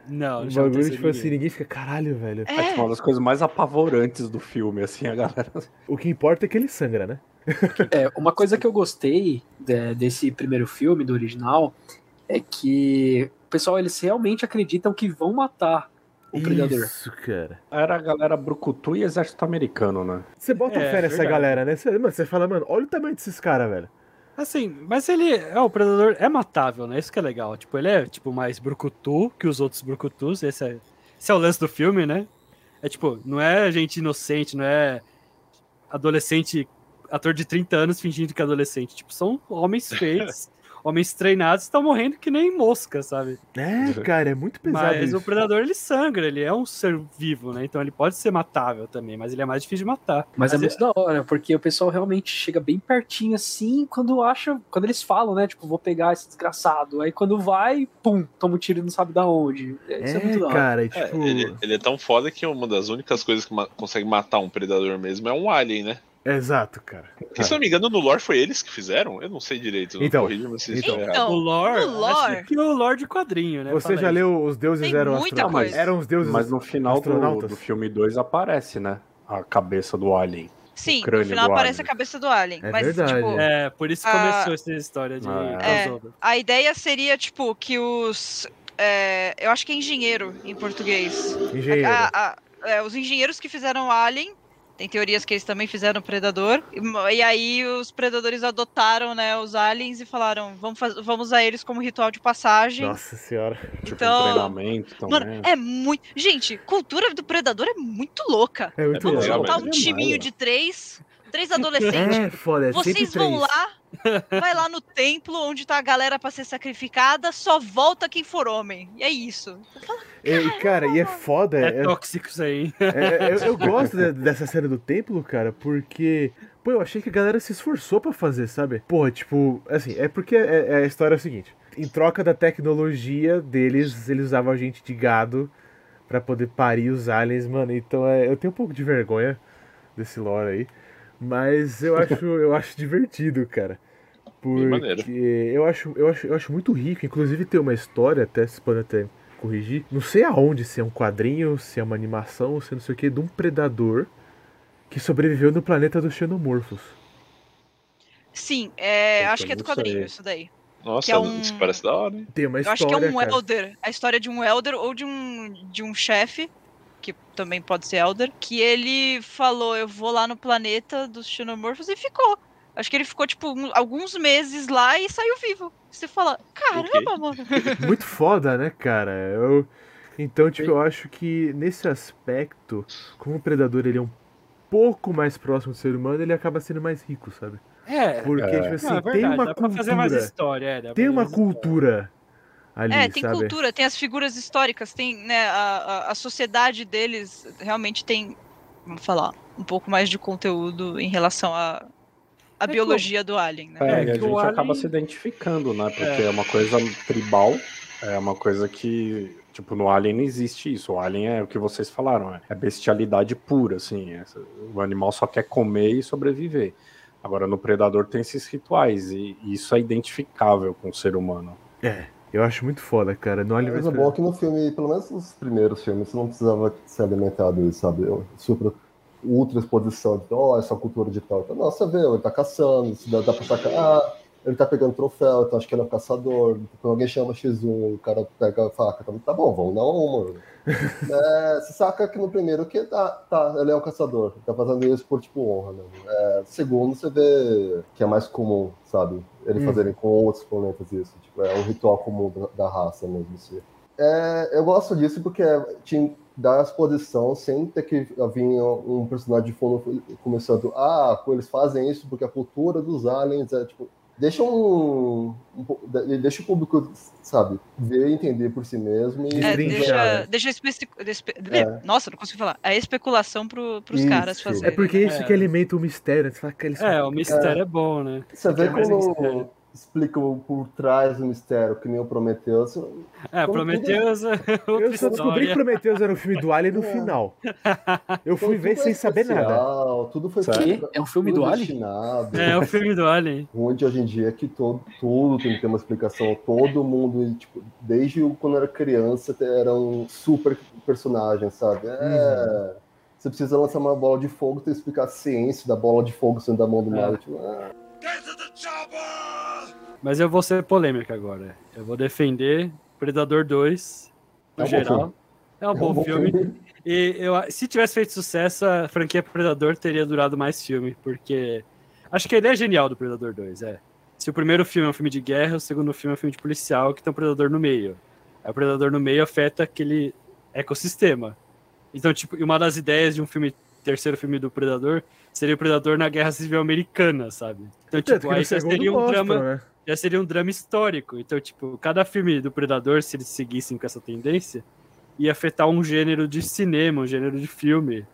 H: Não,
A: O
H: não chama
A: bagulho,
H: atenção
A: tipo
H: de
A: assim,
H: ninguém.
A: ninguém fica, caralho, velho.
F: É,
C: É tipo, uma das coisas mais apavorantes do filme, assim, a galera.
A: O que importa é que ele sangra, né?
E: É, uma coisa que eu gostei de- desse primeiro filme, do original, é que o pessoal, eles realmente acreditam que vão matar o predador.
A: Isso, cara.
C: Era a galera Brucutu e Exército Americano, né?
A: Você bota
H: É,
A: fé nessa
H: verdade.
A: galera, né? Você, mano, você fala, mano, olha o tamanho desses caras, velho.
H: Assim, mas ele. É, o predador é matável, né? Isso que é legal. Tipo, ele é tipo mais brucutu que os outros brucutus. Esse é, esse é o lance do filme, né? É tipo, não é gente inocente, não é adolescente, ator de 30 anos fingindo que é adolescente. Tipo, são homens feitos, homens treinados, estão morrendo que nem mosca, sabe?
A: É, cara, é muito pesado
H: mas
A: isso.
H: o predador ele sangra, ele é um ser vivo, né? Então ele pode ser matável também, mas ele é mais difícil de matar.
E: Mas é
H: Mas
E: muito da hora, porque o pessoal realmente chega bem pertinho assim, quando acha, quando eles falam, né, tipo, vou pegar esse desgraçado. Aí quando vai, pum, toma um tiro e não sabe da onde. É, Isso é, muito da
A: É,
E: hora.
A: cara, e,
D: É,
A: tipo...
D: ele, ele é tão foda que uma das únicas coisas que ma- consegue matar um predador mesmo é um alien, né?
A: Exato, cara.
D: Que, se não me engano, no lore foi eles que fizeram? Eu não sei direito.
A: Então,
D: corrija, mas vocês estão
F: então.
D: errados.
H: O lore,
F: o lore.
H: acho que o lore de quadrinho, né?
A: Você
H: Fala
A: já
H: aí.
A: leu Os Deuses
F: Tem
A: Eram
F: muita
A: Astronautas?
F: coisa.
A: Eram os Deuses...
C: Mas no final do,
A: astronautas.
C: do filme 2 aparece, né? A cabeça do Alien.
F: sim, no
C: crânio
F: final
C: do
F: aparece a
C: alien.
F: cabeça do Alien.
A: É
F: mas,
A: verdade.
F: tipo,
H: É, por isso que
F: Ah.
H: começou essa história de
C: Ah.
F: É.
H: crossover.
F: a ideia seria, tipo, que os. é, eu acho que é engenheiro em português.
A: Engenheiro.
F: A- a- a- é, os engenheiros que fizeram Alien, tem teorias que eles também fizeram Predador, e, mo- e aí os predadores adotaram né, os aliens e falaram: vamos, faz- vamos usar eles como ritual de passagem.
A: Nossa senhora.
C: Tipo,
F: Então-
C: um treinamento também.
F: Mano, é muito. Gente, cultura do Predador é muito louca.
A: É muito
D: É
F: Vamos
D: legal,
F: juntar um
D: velho.
F: timinho de três, três adolescentes.
A: É, foda, é sempre
F: Vocês vão
A: três.
F: lá, vai lá no templo onde tá a galera pra ser sacrificada, só volta quem for homem. E é isso.
A: É, E, cara, e é foda.
H: É
A: é-
H: tóxico isso aí. hein?
A: é- eu, eu gosto de- dessa série do templo, cara, porque. Pô, eu achei que a galera se esforçou pra fazer, sabe? Porra, tipo, assim, é porque é- é a história é o seguinte: em troca da tecnologia deles, eles usavam a gente de gado pra poder parir os aliens, mano. Então é, eu tenho um pouco de vergonha desse lore aí. Mas eu acho, eu acho divertido, cara.
D: maneiro.
A: Porque eu acho, eu, acho, eu acho muito rico. Inclusive tem uma história, até se pode até corrigir. Não sei aonde, se é um quadrinho, se é uma animação, se não sei o que, de um predador que sobreviveu no planeta dos xenomorfos.
F: Sim, é,
C: Puta,
F: acho que é do
C: não sei.
F: quadrinho isso daí.
D: Nossa,
F: que é um-
D: isso parece da hora, hein?
A: Tem uma
F: Eu
A: história.
F: acho que é um
A: cara.
F: elder, a história de um elder ou de um, de um chefe, que também pode ser elder, que ele falou, eu vou lá no planeta dos xenomorfos e ficou. Acho que ele ficou, tipo, um- alguns meses lá e saiu vivo. Você fala, caramba, mano.
A: Muito foda, né, cara? Eu- Então, tipo, eu acho que nesse aspecto, como o predador ele é um pouco mais próximo do ser humano, ele acaba sendo mais rico, sabe?
H: É,
A: Porque, tipo assim,
H: não, é
A: tem
H: verdade,
A: uma
H: dá pra fazer mais
A: cultura.
H: história. É, dá pra
A: Tem
H: fazer
A: uma
H: mais
A: cultura ali,
F: é, tem
A: sabe?
F: cultura, tem as figuras históricas, tem, né, a, a- a sociedade deles realmente tem, vamos falar, um pouco mais de conteúdo em relação à à
H: que o-
F: biologia do alien, né?
C: É,
H: É,
C: e a
H: que o
C: gente
H: Alien-
C: acaba se identificando, né? Porque é. uma coisa tribal, é uma coisa que, tipo, no Alien não existe isso. O Alien é o que vocês falaram, é- é bestialidade pura, assim. é- O animal só quer comer e sobreviver. Agora, no Predador tem esses rituais, e e isso é identificável com o ser humano.
A: Eu acho muito foda, cara. No Oliver
G: Mas o bom é que no filme, pelo menos nos primeiros filmes, você não precisava ser alimentado, isso, sabe? Super ultra exposição, de, ó, essa cultura de tal. Então, não, você vê, ele tá caçando, isso dá, dá pra sacar. Ah, ele tá pegando troféu, então acho que ele é um caçador. Quando alguém chama X1, o cara pega a faca, então, tá bom, vamos dar uma. É, você saca que no primeiro que tá, tá, ele é um caçador, tá fazendo isso por tipo honra, né? É, segundo, você vê que é mais comum, sabe? Eles
A: Hum.
G: fazerem com outros planetas isso, tipo, é um ritual comum da, da raça mesmo. Assim. É, eu gosto disso porque é, te dá exposição sem ter que vir um um personagem de fundo começando, ah, pô, eles fazem isso porque a cultura dos aliens é tipo. Deixa um, um po- de- deixa o público, sabe, ver e entender por si mesmo e
F: É,
A: Brincar, né?
F: deixa, deixa especi- despe-
G: É.
F: Nossa, não consigo falar. É especulação pro, pros
G: Isso.
F: caras
A: É
F: fazerem.
A: porque isso
H: É.
A: que alimenta o mistério. né? Você fala que eles
H: É, o mistério é, bom, né?
G: Você vê
H: Quer mais
G: como
H: mistério?
G: explicam por trás do mistério, que nem o Prometeu. Você...
H: É,
G: Como
H: Prometheus é outra
A: Eu só descobri que
H: história.
A: Prometheus era um filme do Alien no
G: É.
A: final. Eu fui
G: Então,
A: ver
G: tudo é
A: sem saber nada.
G: especial, Tudo foi
E: Quê? É um filme
G: tudo
E: do Alien?
G: destinado.
H: É, o filme do Alien.
G: O ruim de hoje em dia é que todo, tudo tem que ter uma explicação. Todo mundo, e, tipo, desde o- quando era criança, até era um super personagem, sabe? É,
A: Uhum.
G: Você precisa lançar uma bola de fogo, tem que explicar a ciência da bola de fogo sendo da mão do
H: É.
G: Mario. Tipo, ah,
I: Get to the chopper!
H: Mas eu vou ser polêmico agora. Eu vou defender Predador 2,
G: é
H: no
G: um bom
H: geral.
G: filme.
H: É um
G: É
H: bom,
G: um bom
H: filme. E eu, se tivesse feito sucesso, a franquia Predador teria durado mais filme, porque acho que a ideia é genial do Predador 2, é. Se o primeiro filme é um filme de guerra, o segundo filme é um filme de policial, que tem um predador no meio. Aí o predador no meio afeta aquele ecossistema. Então, tipo, e uma das ideias de um filme, terceiro filme do Predador, seria o Predador na Guerra Civil Americana, sabe? Então,
A: Tanto
H: tipo,
A: que no
H: aí já
A: segundo
H: seria um
A: mostra,
H: drama
A: né?
H: já seria um drama histórico. Então, tipo, cada filme do Predador, se eles seguissem com essa tendência, ia afetar um gênero de cinema, um gênero de filme.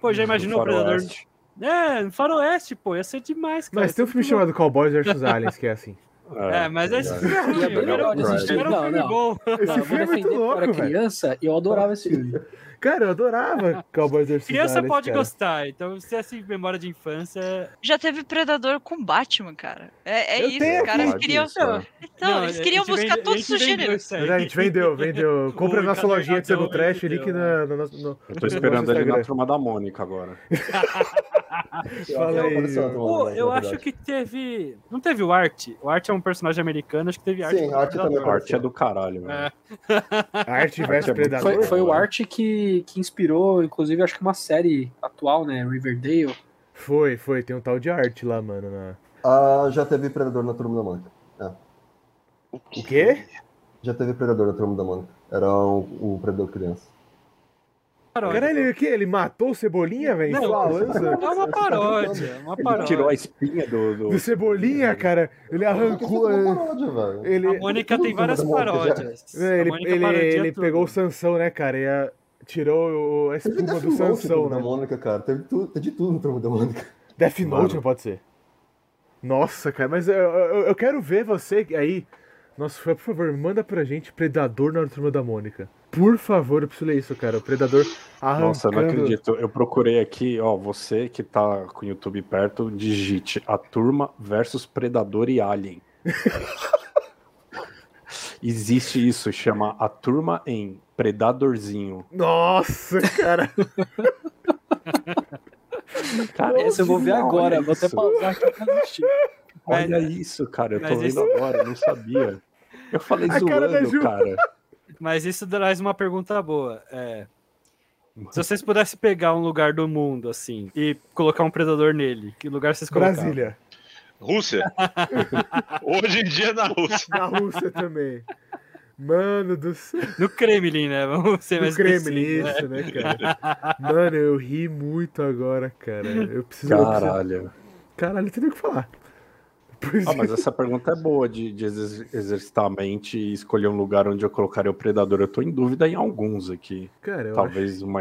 H: Pô, já imaginou o
C: Uhum.
H: Predador.
C: Faroeste.
H: É, no Faroeste, pô, ia ser demais, cara.
A: Mas tem um filme
H: chamado.
A: chamado Cowboys vs Aliens que é assim.
H: É, mas esse filme é ruim.
E: E é bem
H: Era
E: legal de
H: um-
E: assistir.
H: era um
E: Não,
H: filme
E: não.
H: bom.
A: Esse
E: eu vou
A: filme é muito
E: defender porque eu
A: louco,
E: era
A: velho.
E: criança e eu adorava esse filme.
A: Cara, eu adorava Cowboys vs Aliens.
H: Criança pode
A: cara.
H: gostar, então se é assim, memória de infância.
F: Já teve Predador com Batman, cara. É, é
A: Eu
F: isso,
A: tenho né?
F: os caras
A: aqui.
F: queriam. Então,
H: Não, é,
F: eles
H: a
F: queriam
H: gente vende-
F: buscar
H: a
F: todos
H: gente
F: os
H: vendeu
F: gêneros.
H: isso aí.
A: Mas a gente vendeu, vendeu. Compra
H: O
A: na nossa lojinha de sendo
H: Encadernadão
A: trash, link
H: vendeu,
A: na, na nossa. No,
C: Eu tô esperando
A: no nosso
C: ele na
A: Instagram.
C: turma da Mônica agora.
A: Fala
G: Eu-
A: aí,
G: apareceu outra
H: Pô,
G: vez,
H: eu
G: É na
H: acho
G: É verdade.
H: que teve. Não teve o Art. O Art é um personagem americano, acho que teve Art.
G: Sim,
H: no
G: Art
H: Predador.
G: também.
C: A arte é do caralho, velho.
H: É.
A: Arte
C: Arte
A: versus
C: é muito
A: Predador.
E: Foi, foi o Art que, que inspirou, inclusive, acho que uma série atual, né? Riverdale.
A: Foi, foi. Tem um tal de arte lá, mano. na-
G: Ah, já teve Predador na Turma da Mônica.
A: O quê?
G: Já teve Predador na Turma da Mônica. Era o, o Predador Criança.
H: Paródia.
A: Caralho, ele, o quê? Ele matou o Cebolinha, velho?
H: Não,
A: Sua lança?
H: É uma paródia, uma
C: Ele tirou a
H: paródia.
C: espinha do. do-
A: Do Cebolinha, cara. Ele arrancou.
G: Por que você fez uma
A: é,
G: paródia, velho?
A: Ele,
H: A Mônica tem várias paródias.
A: é, ele,
H: a Mônica
A: ele,
H: parodia
A: ele
H: tudo.
A: pegou o Sansão, né, cara? E a- tirou o- a
G: Teve
A: espuma
G: Death
A: do
G: Note na
A: Sansão,
G: Turma da
A: né?
G: Mônica, cara. Teve, tu, teve de tudo na Turma da Mônica.
A: Death Note
C: Mano.
A: não pode ser. Nossa, cara, mas eu, eu, eu quero ver você aí. Nossa, por favor, manda pra gente Predador na Turma da Mônica. Por favor, eu preciso ler isso, cara. O Predador arrancando...
C: Nossa, eu não acredito. Eu procurei aqui, ó, você que tá com o YouTube perto, digite a turma versus Predador e Alien. Existe isso, chama a turma em Predadorzinho.
A: Nossa, cara.
C: Cara,
E: Essa eu vou ver
C: olha
E: agora, vou até
C: isso.
E: pausar aqui pra assistir.
C: Olha é isso, cara, eu tô
H: Mas
C: vendo
H: isso-
C: agora, eu não sabia. Eu falei
A: A cara da Ju.
C: zoando, cara.
H: Mas isso traz uma pergunta boa. É, se vocês pudessem pegar um lugar do mundo, assim, e colocar um predador nele, que lugar vocês colocavam?
A: Brasília.
D: Rússia? Hoje em dia é na Rússia.
A: Na Rússia também. Mano do céu.
H: No Kremlin, né? Vamos ser
A: Do
H: mais
A: Kremlin,
H: específicos, né?
A: isso, né, cara? Mano, eu ri muito agora, cara. Eu preciso... eu preciso-
C: Caralho.
A: Caralho, não tem nem o que falar. Pois
C: Ah, mas essa pergunta é boa de, de exer- exercitar a mente e escolher um lugar onde eu colocaria o predador. Eu tô em dúvida em alguns aqui.
A: Cara, eu acho...
C: Talvez uma.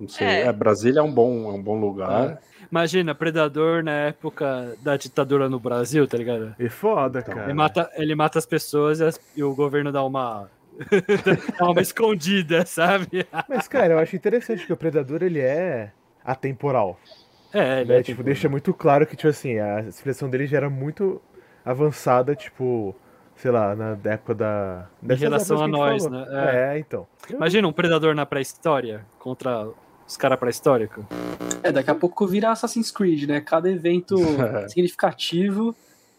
C: Não sei.
F: É.
C: É, Brasília é um bom, é um bom lugar.
H: Imagina, predador na época da ditadura no Brasil, tá ligado?
A: É foda,
C: Tá.
A: cara.
H: Ele mata, ele mata as pessoas e, as- e o governo dá uma. dá uma escondida, sabe?
A: Mas, cara, eu acho interessante que o Predador, ele é atemporal.
H: É, ele
A: Né?
H: é
A: Tipo, deixa muito claro que, tipo assim, a civilização dele já era muito avançada, tipo, sei lá, na época da.
H: Em relação a
A: épocas que gente
H: nós,
A: falou.
H: né?
A: É. então.
H: Imagina um predador na pré-história contra os caras pré-históricos.
E: É, daqui a pouco vira Assassin's Creed, né? Cada evento significativo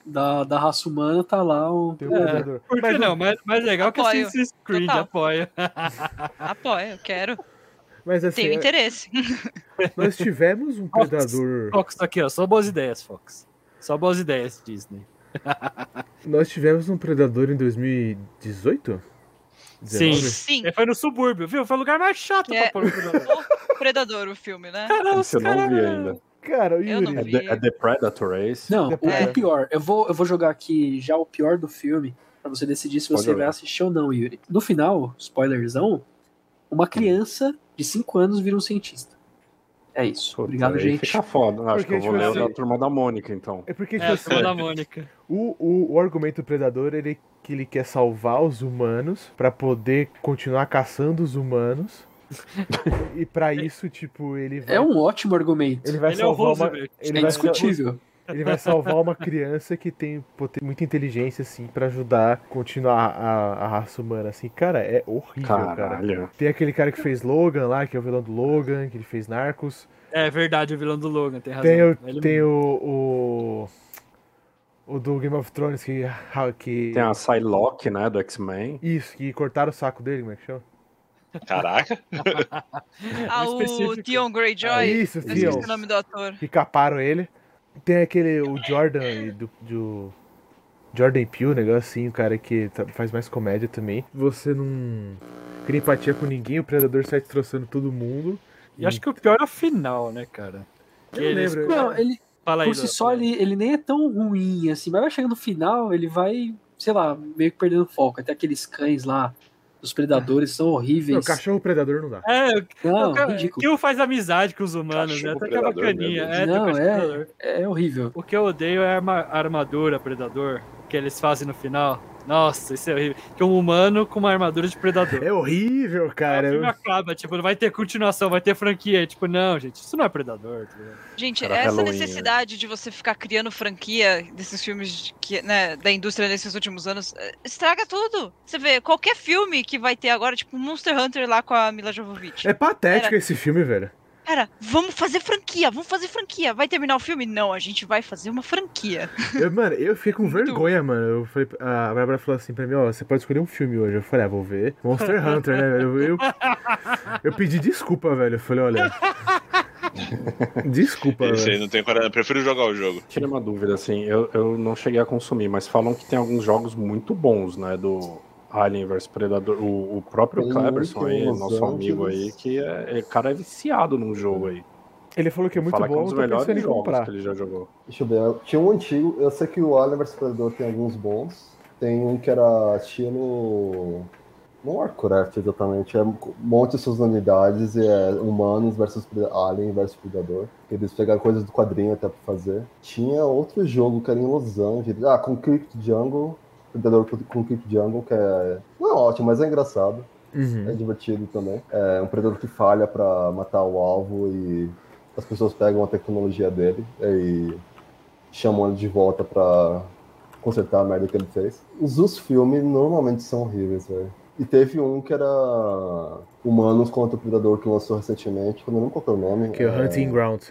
E: da, da raça humana tá lá um.
A: Tem um
E: É,
A: predador.
H: Por que
A: Mas,
H: não? Mas, mas é legal que
F: Apoio.
H: Assassin's Creed
F: Total.
H: apoia.
F: Apoio, Ah, eu quero.
A: mas assim,
F: Tenho
A: é,
F: interesse.
A: nós tivemos um predador.
H: Fox tá aqui, ó. Só boas ideias, Fox. Só boas ideias, Disney.
A: Nós tivemos um predador em 2018?
H: Sim.
F: Sim,
H: Ele É, foi no subúrbio, viu? Foi o lugar mais chato
F: É.
H: pra pôr o predador.
F: Predador o filme, né?
H: Cara, os
C: Esse eu não vi
H: cara-
C: ainda.
A: Cara, o
F: Eu não
A: Yuri.
C: É
F: vi.
C: The, é The Predator, é esse?
E: Não, o,
A: É.
E: o pior. Eu vou, eu vou jogar aqui já o pior do filme pra você decidir se
C: Pode
E: você
C: jogar.
E: vai assistir ou não, Yuri. No final, spoilerzão, uma criança de 5 anos vira um cientista. É isso.
C: Puta,
E: Obrigado,
C: aí
E: gente.
C: Fica foda. Acho
A: Porque,
C: que eu vou
A: tipo
C: ler o
A: assim-
C: da Turma da Mônica, então.
A: É porque,
H: É,
A: tipo
H: a
A: assim,
H: turma da Mônica.
A: o, o, o argumento do predador ele é que ele quer salvar os humanos pra poder continuar caçando os humanos. e pra isso, tipo, ele vai.
E: É um ótimo argumento.
A: Ele vai
H: Ele é o
A: salvar uma.
H: Roosevelt.
A: Ele
E: é
A: vai,
E: indiscutível.
A: ele vai salvar uma criança que tem poten- muita inteligência, assim, pra ajudar a continuar a, a raça humana, assim. Cara, é horrível, cara.
C: Caralho.
A: Tem aquele cara que fez Logan lá, que é o vilão do Logan, que ele fez Narcos.
H: É verdade, o vilão do Logan, tem razão.
A: Tem, o,
H: Ele- é
A: tem o, o. o do Game of Thrones que. que
C: Tem a Psylocke, né, do X-Men.
A: Isso, que cortaram o saco dele, como é que chama?
D: Caraca.
F: Ah, o
H: é específico.
F: Theon
A: Ah,
F: Greyjoy.
A: isso,
F: Eu esqueci
A: Theon.
F: o nome do ator.
A: Que caparam ele. Tem aquele. O Jordan e do. do Jordan Peele, um negócio assim, o cara que tá- faz mais comédia também. Você não cria empatia com ninguém, o predador sai destroçando todo mundo.
H: E acho que o pior é o final, né, cara? Que
A: Eu
H: eles-
A: lembro.
E: Não, ele,
H: Fala aí,
E: por si
H: Dudu,
E: só,
A: né?
H: fala aí.
E: ele, ele nem é tão ruim assim, mas vai chegando no final, ele vai, sei lá, meio que perdendo foco. Até aqueles cães lá, os predadores, são
A: Não,
E: horríveis.
A: cachorro predador não dá.
H: É, o
E: Não,
H: o cara-
E: ridículo.
H: Kill faz amizade com os humanos, né?
D: Cachorro
H: Até que é
D: predador,
H: bacaninha.
D: meu
E: Deus.
H: É, tem
E: Não,
H: cachorro
E: é.
H: predador.
E: É horrível.
H: O que eu odeio é a arma- a armadura predador que eles fazem no final. Nossa, isso é horrível. Que é um humano com uma armadura de predador.
A: É horrível, cara.
H: o filme
A: Eu-
H: acaba, tipo, não vai ter continuação, vai ter franquia. E, Tipo, não, gente, isso não é predador. tá ligado?
F: Gente,
C: Cara,
F: essa
C: Halloween,
F: necessidade de você ficar criando franquia desses filmes de- que, né, da indústria nesses últimos anos eh, estraga tudo. Você vê, qualquer filme que vai ter agora, tipo Monster Hunter lá com a Mila Jovovich.
A: É patético esse filme, velho.
F: Cara, vamos fazer franquia, vamos fazer franquia. Vai terminar o filme? Não, a gente vai fazer uma franquia.
A: Eu, mano, eu fiquei com
F: Muito.
A: vergonha, mano. Eu falei, a Bárbara falou assim pra mim, ó, você pode escolher um filme hoje. Eu falei, ah, vou ver. Monster Hunter, né, velho? Eu, eu pedi desculpa, velho. Eu falei, olha. Desculpa,
D: Esse aí
A: velho.
D: não tem coragem. Eu prefiro jogar o jogo.
C: Tira uma dúvida, assim, eu, eu não cheguei a consumir, mas falam que tem alguns jogos muito bons, né, do Alien vs Predador. O, o próprio
G: Tem
C: Cleberson
G: um
C: aí,
G: que é Los
C: nosso amigo aí,
G: Angeles.
C: que é, é- cara é viciado num jogo aí.
A: Ele falou que é muito
C: Fala que é um
A: bom,
C: dos
A: eu tô
C: melhores
A: pensando em
C: jogos
A: comprar.
C: que ele já jogou.
G: Deixa eu ver. Tinha um antigo. Eu sei que o Alien vs Predador tem alguns bons. Tem um que era estilo. Não é Warcraft exatamente, é um monte de suas unidades e é humanos versus preda- alien versus predador. Eles pegaram coisas do quadrinho até pra fazer. Tinha outro jogo que era em Los Angeles. Ah, com Crypt Jungle. Predador com- com Crypt Jungle, que é. Não é ótimo, mas é engraçado. É
A: Uhum.
G: divertido também. É um predador que falha pra matar o alvo e as pessoas pegam a tecnologia dele e chamam ele de volta pra consertar a merda que ele fez. Os dos filmes normalmente são horríveis, velho. E teve um que era Humanos contra o Predador que lançou recentemente, que eu não lembro qual que é o nome.
A: Que é o Hunting Ground.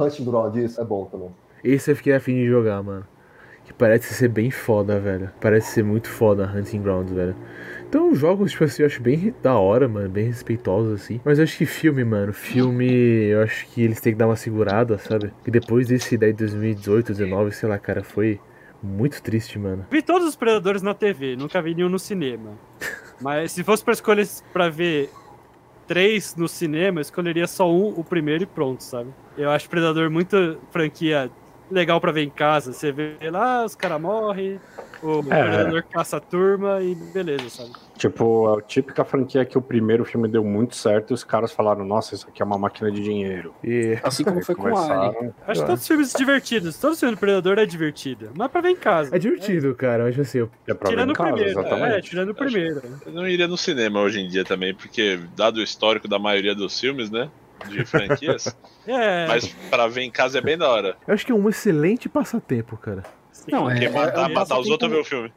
G: Hunting Ground, isso é bom também.
A: Esse eu fiquei afim de jogar, mano. Que parece ser bem foda, velho. Parece ser muito foda Hunting Grounds, velho. Então, jogos, tipo assim, eu acho bem da hora, mano. Bem respeitosos, assim. Mas eu acho que filme, mano. Filme, eu acho que eles têm que dar uma segurada, sabe? E depois desse daí de 2018, 19, sei lá, cara, foi muito triste, mano.
H: Vi todos os predadores na TV, nunca vi nenhum no cinema. Mas se fosse pra escolher pra ver três no cinema, eu escolheria só um, o primeiro e pronto, sabe? Eu acho predador muito franquia legal pra ver em casa. Você vê lá, os caras morrem, o
C: É.
H: predador caça a turma e beleza, sabe?
C: Tipo, é a típica franquia que o primeiro filme deu muito certo e os caras falaram, nossa, isso aqui é uma máquina de dinheiro.
A: E
E: Assim como
C: Aí
E: foi com o
C: começaram-
E: Alien.
H: Acho todos os filmes divertidos. Todo filme do predador é divertido. Mas pra ver em casa.
A: é divertido, cara. Mas, tipo assim, eu-
C: É pra ver
H: Tirando
C: em
H: o
C: casa,
H: primeiro. É,
C: exatamente.
H: tirando o primeiro.
D: Eu não iria no cinema hoje em dia também, porque, dado o histórico da maioria dos filmes, né? De franquias.
H: É.
D: mas pra ver em casa é bem da hora.
A: eu acho que é um excelente passatempo, cara.
E: Não, é.
D: Porque
E: é-
D: matar,
H: é,
D: matar os
E: tem
D: outros é
E: como-
D: ver o filme.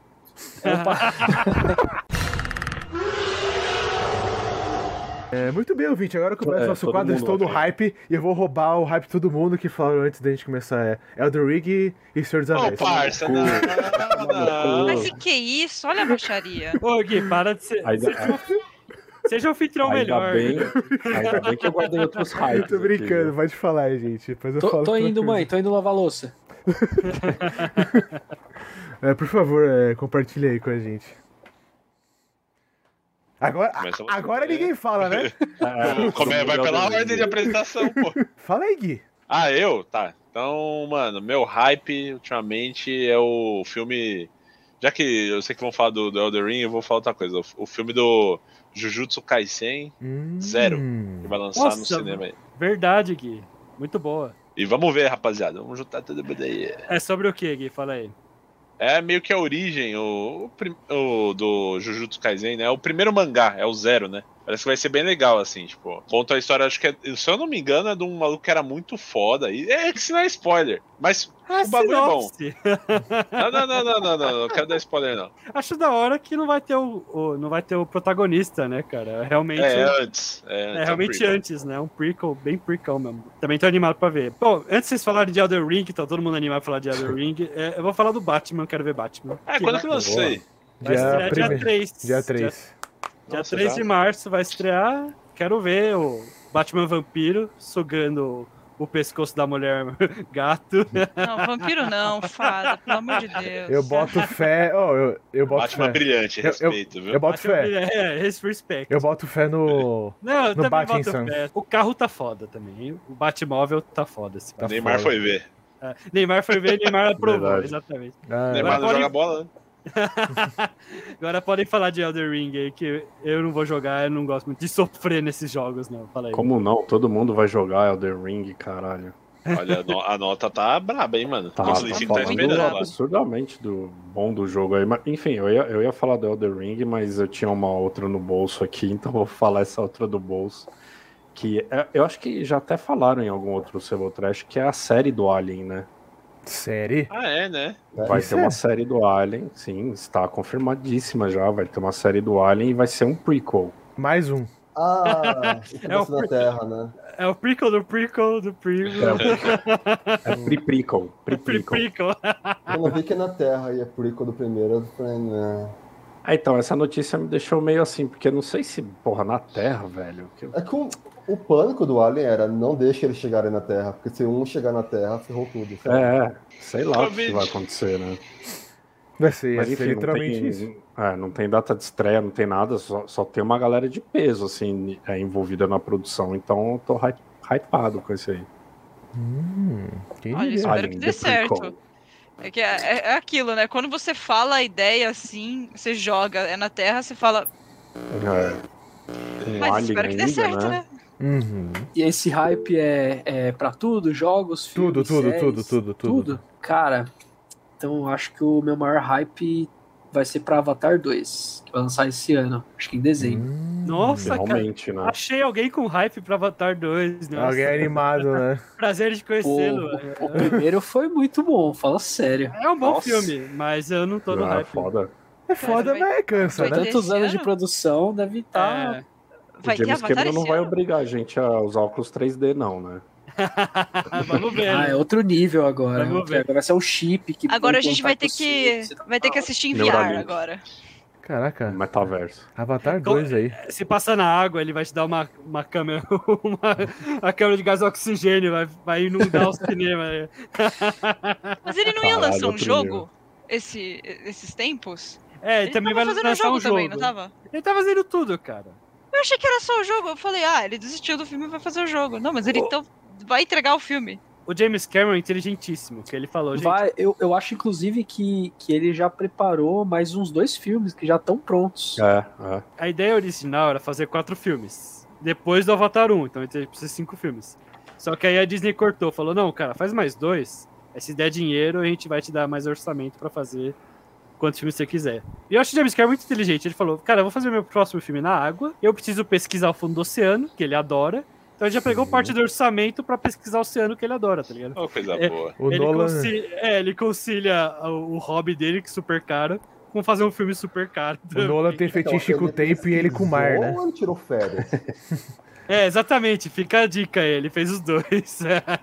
A: É, muito bem, ouvinte. Agora começa o
C: É,
A: nosso
C: todo
A: quadro
C: mundo
A: Estou no
C: ok.
A: Hype e eu vou roubar o hype de todo mundo que falaram antes da gente começar. É Elden Ring e Senhor dos
D: Ô,
A: Anéis.
D: parça, não, não, não, não.
F: Mas que que é isso? Olha a baixaria.
H: Ô, Gui, para de ser.
C: Ainda,
H: Seja o anfitrião melhor.
C: ainda, bem, ainda bem que eu guardei outros hypes.
A: Eu tô
C: aqui,
A: brincando,
C: viu?
A: pode falar, gente. Depois eu
E: Tô,
A: falo
E: tô
A: outra
E: indo,
A: coisa.
E: mãe, tô indo lavar a louça.
A: É, por favor, é, compartilha aí com a gente. Agora,
D: Começa você.
A: agora ninguém fala, né?
C: É,
D: Como é? Vai
C: todo mundo
D: pela
C: odeia.
D: ordem de apresentação, pô.
A: fala aí, Gui.
D: Ah, eu? Tá. Então, mano, meu hype ultimamente é o filme. Já que eu sei que vão falar do, do Elder Ring, eu vou falar outra coisa. O, o filme do Jujutsu Kaisen,
A: Hum.
D: Zero. que vai lançar no
H: Nossa,
D: cinema aí.
H: Verdade, Gui. Muito boa.
D: E vamos ver, rapaziada. Vamos juntar tudo bem aí.
H: É sobre o que, Gui? Fala aí.
D: É meio que a origem o, o prim- o do Jujutsu Kaisen, né? É o primeiro mangá, é o Zero, né? Parece que vai ser bem legal, assim, tipo. Conta a história, acho que é, se eu não me engano, é de um maluco que era muito foda. E é que se não é spoiler. Mas
H: Ah,
D: o bagulho é bom.
H: sinopse.
D: Não, não, não, não, não, não, não quero dar spoiler, não.
H: Acho da hora que não vai ter o, o- não vai ter o protagonista, né, cara? Realmente
D: É, antes. É,
H: É
D: antes,
H: realmente
D: prequel.
H: antes, né? Um prequel, bem prequel mesmo. Também tô animado pra ver. Bom, antes de vocês falarem de Elden Ring, que tá todo mundo animado pra falar de Elden Ring, é, eu vou falar do Batman, eu quero ver Batman.
D: É, quando que eu lancei?
H: Vai estrear dia
A: primeiro-
H: 3.
A: Dia 3.
H: Dia,
D: Nossa,
H: 3
D: já.
H: de março vai estrear. Quero ver o Batman Vampiro sugando o pescoço da mulher gato.
F: Não, vampiro não, fada, pelo amor de Deus.
A: Eu boto fé. Oh, eu, eu boto
D: Batman
A: fé.
D: brilhante,
A: Eu- eu-
D: respeito, viu?
A: Eu boto
H: Batman,
A: fé.
H: É, his respect.
A: Eu boto fé no.
H: Não, eu
A: no
H: também
A: Batman
H: boto
A: Sun.
H: fé. O carro tá foda também. O Batmóvel tá foda. Assim.
A: Tá
D: Neymar
A: foda.
D: foi ver.
H: É, Neymar foi ver, Neymar aprovou,
G: Verdade.
H: exatamente.
A: Ah,
D: Neymar não
H: pode-
D: joga bola, né?
H: Agora podem falar de Elder Ring aí, que eu não vou jogar, eu não gosto muito de sofrer nesses jogos, não. Fala aí.
C: Como não? Todo mundo vai jogar Elden Ring, caralho.
D: Olha, a no- a nota tá braba, hein, mano.
C: Tá,
D: o
C: tá
D: Slicinho tá
C: falando
D: esperando lá.
C: absurdamente do bom do jogo aí. Mas, enfim, eu ia, eu ia falar do Elden Ring, mas eu tinha uma outra no bolso aqui, então eu vou falar essa outra do bolso. Que é- eu acho que já até falaram em algum outro Trash, que é a série do Alien, né?
A: Série?
D: Ah, é, né?
C: Vai
A: Isso
C: ter
A: é.
C: uma série do Alien, sim, está confirmadíssima já. Vai ter uma série do Alien e vai ser um prequel.
A: Mais um.
G: Ah, o
H: É o
G: pedaço da Terra, né?
H: É o prequel do prequel do prequel.
C: É, um é pre-prequel.
H: Pre
C: Pre-prequel.
H: prequel.
G: Quando eu vi que é na Terra e é prequel do primeiro, eu falei, né?
C: Ah, então, essa notícia me deixou meio assim, porque eu não sei se, porra, na Terra, velho. que-
G: É que o, o pânico do Alien era não deixa eles chegarem na Terra, porque se um chegar na Terra, ferrou tudo. sabe?
C: É, é, sei lá o que
D: Talvez.
C: vai acontecer, né?
A: Vai ser, vai
C: Mas
A: ser
C: enfim, não
A: literalmente isso.
C: tem, é, não tem data de estreia, não tem nada, só, só tem uma galera de peso, assim, é, envolvida na produção, então eu tô hy- hypado com isso aí.
A: Hum, quem
F: Olha,
A: diria?
F: espero que
C: Alien,
F: dê
C: The
F: certo.
C: Prequel.
F: É, que é, é- é aquilo, né? Quando você fala a ideia assim, você joga, é na terra, você fala,
C: É, um
F: mas
C: Alien
F: espero que dê
C: ainda,
F: certo, né?
A: Uhum.
E: E esse hype é, é pra tudo? Jogos,
A: Tudo,
E: filmes,
A: tudo,
E: séries,
A: tudo, tudo, tudo.
E: Cara, então eu acho que o meu maior hype vai ser pra Avatar 2, que vai lançar esse ano, acho que em dezembro.
A: Hum.
H: Nossa, cara.
C: Finalmente, né?
H: Achei alguém com hype pra Avatar 2. Nossa,
A: Alguém animado, né?
H: Prazer de
E: Pô,
H: conhecê-lo.
E: o, o primeiro foi muito bom, fala sério.
H: É um bom
E: Nossa.
H: filme, mas eu não tô no
C: Ah,
H: hype.
C: foda.
A: É foda,
F: vai-
A: mas é cansa,
F: vai
A: né?
F: ter-
E: Tantos
F: Esse
E: anos
F: ano?
E: de produção deve tá, estar.
H: Tá É,
F: vai
C: o
F: ter
C: James
F: Avatar
C: Cameron não
F: esse
C: vai
F: ano?
C: obrigar a gente a usar óculos 3D, não, né?
H: vamos ver.
E: Ah,
H: né?
E: é outro nível agora.
H: Vamos
E: Porque
H: ver.
E: Agora vai ser um chip que.
F: Agora a
E: põe
F: gente vai ter
E: contato
F: que
E: simples e tal.
F: vai ter que assistir em VR
C: Neuralink.
F: agora. É.
A: Caraca,
C: Metaverso.
A: Avatar
H: Co-
A: 2 aí.
H: Se passar na água, ele vai te dar uma, uma câmera, uma, a câmera de gás oxigênio, vai, vai inundar o cinema. né?
F: Mas ele não ia
C: Caralho,
F: lançar um
C: outro
F: jogo esse, esses tempos?
H: É,
F: Ele
H: também vai
F: tava fazendo um
H: lançar
F: jogo,
H: um jogo.
F: também, não tava?
H: Ele tá fazendo tudo, cara.
F: Eu achei que era só o jogo. Eu falei, ah, ele desistiu do filme e vai fazer o jogo. Não, mas
C: Oh.
F: ele então vai entregar o filme.
H: O James Cameron é inteligentíssimo, que ele falou, gente,
E: Vai, eu, eu acho, inclusive, que, que ele já preparou mais uns dois filmes que já estão prontos.
C: É, é.
H: a ideia original era fazer quatro filmes. Depois do Avatar 1, então ele precisa de cinco filmes. Só que aí a Disney cortou, falou, não, cara, faz mais dois. Aí se der dinheiro, a gente vai te dar mais orçamento pra fazer quantos filmes você quiser. E eu acho o James Cameron muito inteligente. Ele falou, cara, eu vou fazer meu próximo filme na água, eu preciso pesquisar o fundo do oceano, que ele adora. Então ele já pegou parte do orçamento pra pesquisar o oceano que ele adora, tá ligado?
D: Ô, coisa
H: É.
D: boa.
A: O
H: ele,
A: Nolan. né?
H: conci- é, ele concilia o, o hobby dele, que é super caro, com fazer um filme super caro.
A: O Nolan tem fetiche com o tempo e ele com o mar, né?
G: Ou ele tirou férias?
H: É, exatamente, fica a dica aí, ele fez os dois.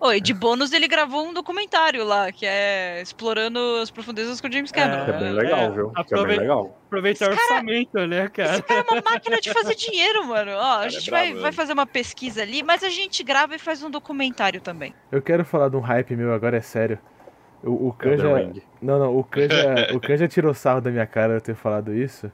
F: Oi, de bônus ele gravou um documentário lá, que é Explorando as Profundezas com o James Cameron.
C: Que é bem legal, viu? Que é bem
H: aproveita-
C: legal.
H: Aproveitar o
F: Esse cara-
H: orçamento, né,
F: Esse
H: cara?
F: cara é uma máquina de fazer dinheiro, mano. Ó, a
D: Cara, é
F: gente
D: brabo,
F: vai,
D: né?
F: vai fazer uma pesquisa ali, mas a gente grava e faz um documentário também.
A: Eu quero falar de um hype meu agora, é sério. O, o Khan já.
C: Elden Ring.
A: Não, não, o Khan já, o Khan já tirou sarro da minha cara eu ter falado isso.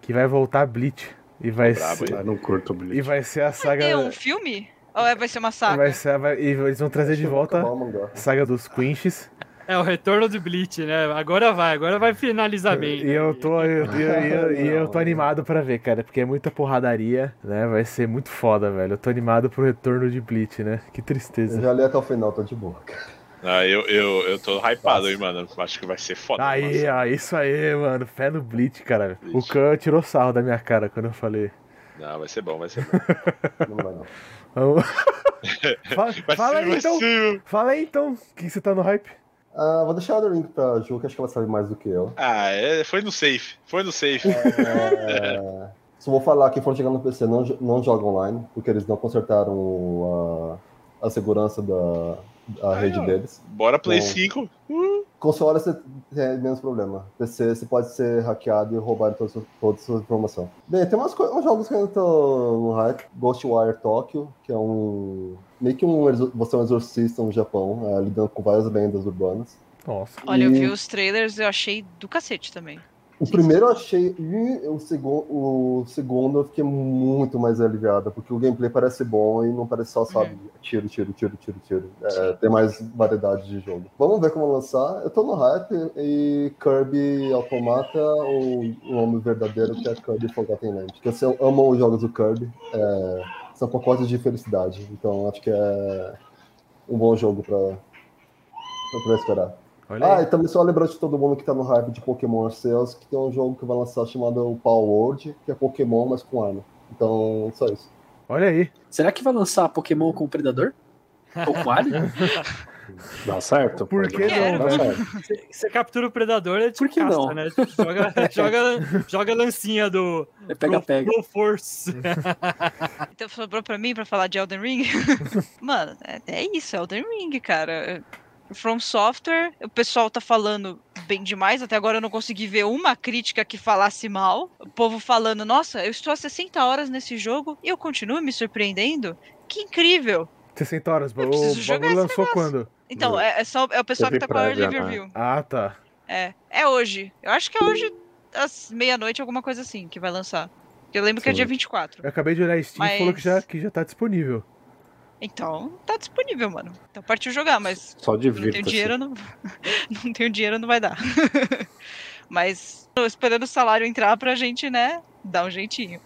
A: Que vai voltar Bleach. E vai,
D: brabo,
A: ser,
C: Eu Ah, não curto o
A: e
C: Bleach.
A: vai ser a
F: Vai
A: saga.
F: ter um filme? Ou é- vai ser uma saga?
A: Vai ser, a- vai- e eles vão trazer de volta
G: Acabar o mangá.
A: a saga dos Quinches.
H: É o retorno do Bleach, né? Agora vai, agora vai finalizar bem.
A: É,
H: né?
A: E eu tô, eu, eu, eu- e eu tô
G: Não.
A: animado pra ver, cara, porque é muita porradaria, né? Vai ser muito foda, velho. Eu tô animado pro retorno de Bleach, né? Que
G: Eu
A: tristeza.
G: já li até o final, tô de boa. cara.
D: Ah, eu, eu, eu tô hypado, hein, mano. Acho que vai ser foda.
A: Aí,
D: nossa.
A: ó, isso aí, mano. Fé no Bleach, cara. O
D: Bleach.
A: Khan tirou sarro da minha cara quando eu falei.
D: Não, vai ser bom, vai ser bom.
G: Não vai não.
A: Vamos- Fa-
D: Vai
A: fala
D: ser,
A: aí
D: vai
A: então,
D: ser.
A: fala aí então, que você tá no hype.
G: Ah, vou deixar o Elden Ring pra Ju, que acho que ela sabe mais do que eu.
D: Ah, é, foi no safe. Foi no safe.
G: É, Só vou falar que foram chegar no PC, não, jo- não joga online, porque eles não consertaram o- a, a segurança da a
D: Aí,
G: rede
D: ó.
G: deles.
D: Bora Play
G: Bom.
D: 5.
G: Console você tem menos problema. PC você pode ser hackeado e roubar toda, sua- toda a sua informação. Bem, tem umas, coi- uns jogos que eu ainda tô no hype. Ghostwire Tokyo, que é um. meio que um. exor- Você é um exorcista no Japão, é, lidando com várias lendas urbanas.
A: Nossa.
F: Olha, eu
G: E
F: vi os trailers e eu achei do cacete também.
G: O
F: Sim,
G: primeiro eu achei. e o, segun, o segundo eu fiquei muito mais aliviada, porque o gameplay parece ser bom e não parece só, sabe, tiro, tiro, tiro, tiro, tiro. É, tem mais variedade de jogo. Vamos ver como lançar. Eu tô no hype e Kirby Automata ou o nome verdadeiro que é Kirby Forgotten Land. Porque assim, eu amo os jogos do Kirby. é, são pacotes de felicidade. Então acho que é um bom jogo pra, pra, pra esperar.
A: Olha
G: Ah,
A: aí.
G: e também só lembrando de todo mundo que tá no hype de Pokémon Arceus, que tem um jogo que vai lançar chamado Power World, que é Pokémon, mas com arma. Então, só isso.
A: Olha aí.
E: Será que vai lançar Pokémon com o Predador? Ou com o Alien?
C: Dá certo?
A: Por que
F: não,
C: Dá
A: né?
C: certo.
H: Você- Você captura o predador, ele te
E: Por que
H: caça,
E: não?
H: né? Joga, joga, joga a lancinha do
E: É pega-pega.
H: Pro Force.
F: Então sobrou pra mim pra falar de Elden Ring? Mano, é, é isso, Elden Ring, cara. From Software, o pessoal tá falando bem demais. Até agora eu não consegui ver uma crítica que falasse mal. O povo falando, nossa, eu estou há 60 horas nesse jogo e eu continuo me surpreendendo. Que incrível!
A: 60 horas, o
F: Eu preciso jogar
A: bagulho
F: esse
A: lançou quando?
F: Então, é, é só é o pessoal
C: Eu vi
F: que tá com a Early
C: prévia, né?
F: Review.
A: Ah, tá.
F: É, é hoje. Eu acho que é hoje, às meia-noite, alguma coisa assim, que vai lançar. Eu lembro que é
G: Sim.
F: dia 24.
A: Eu acabei de olhar a Steam e
F: Mas-
A: falou que já, que já tá disponível.
F: Então, tá disponível, mano. Então partiu jogar, mas
C: Só assim.
F: não tenho
C: divirta-se.
F: dinheiro, não, não tenho dinheiro, não vai dar. mas tô esperando o salário entrar pra gente, né, dar um jeitinho.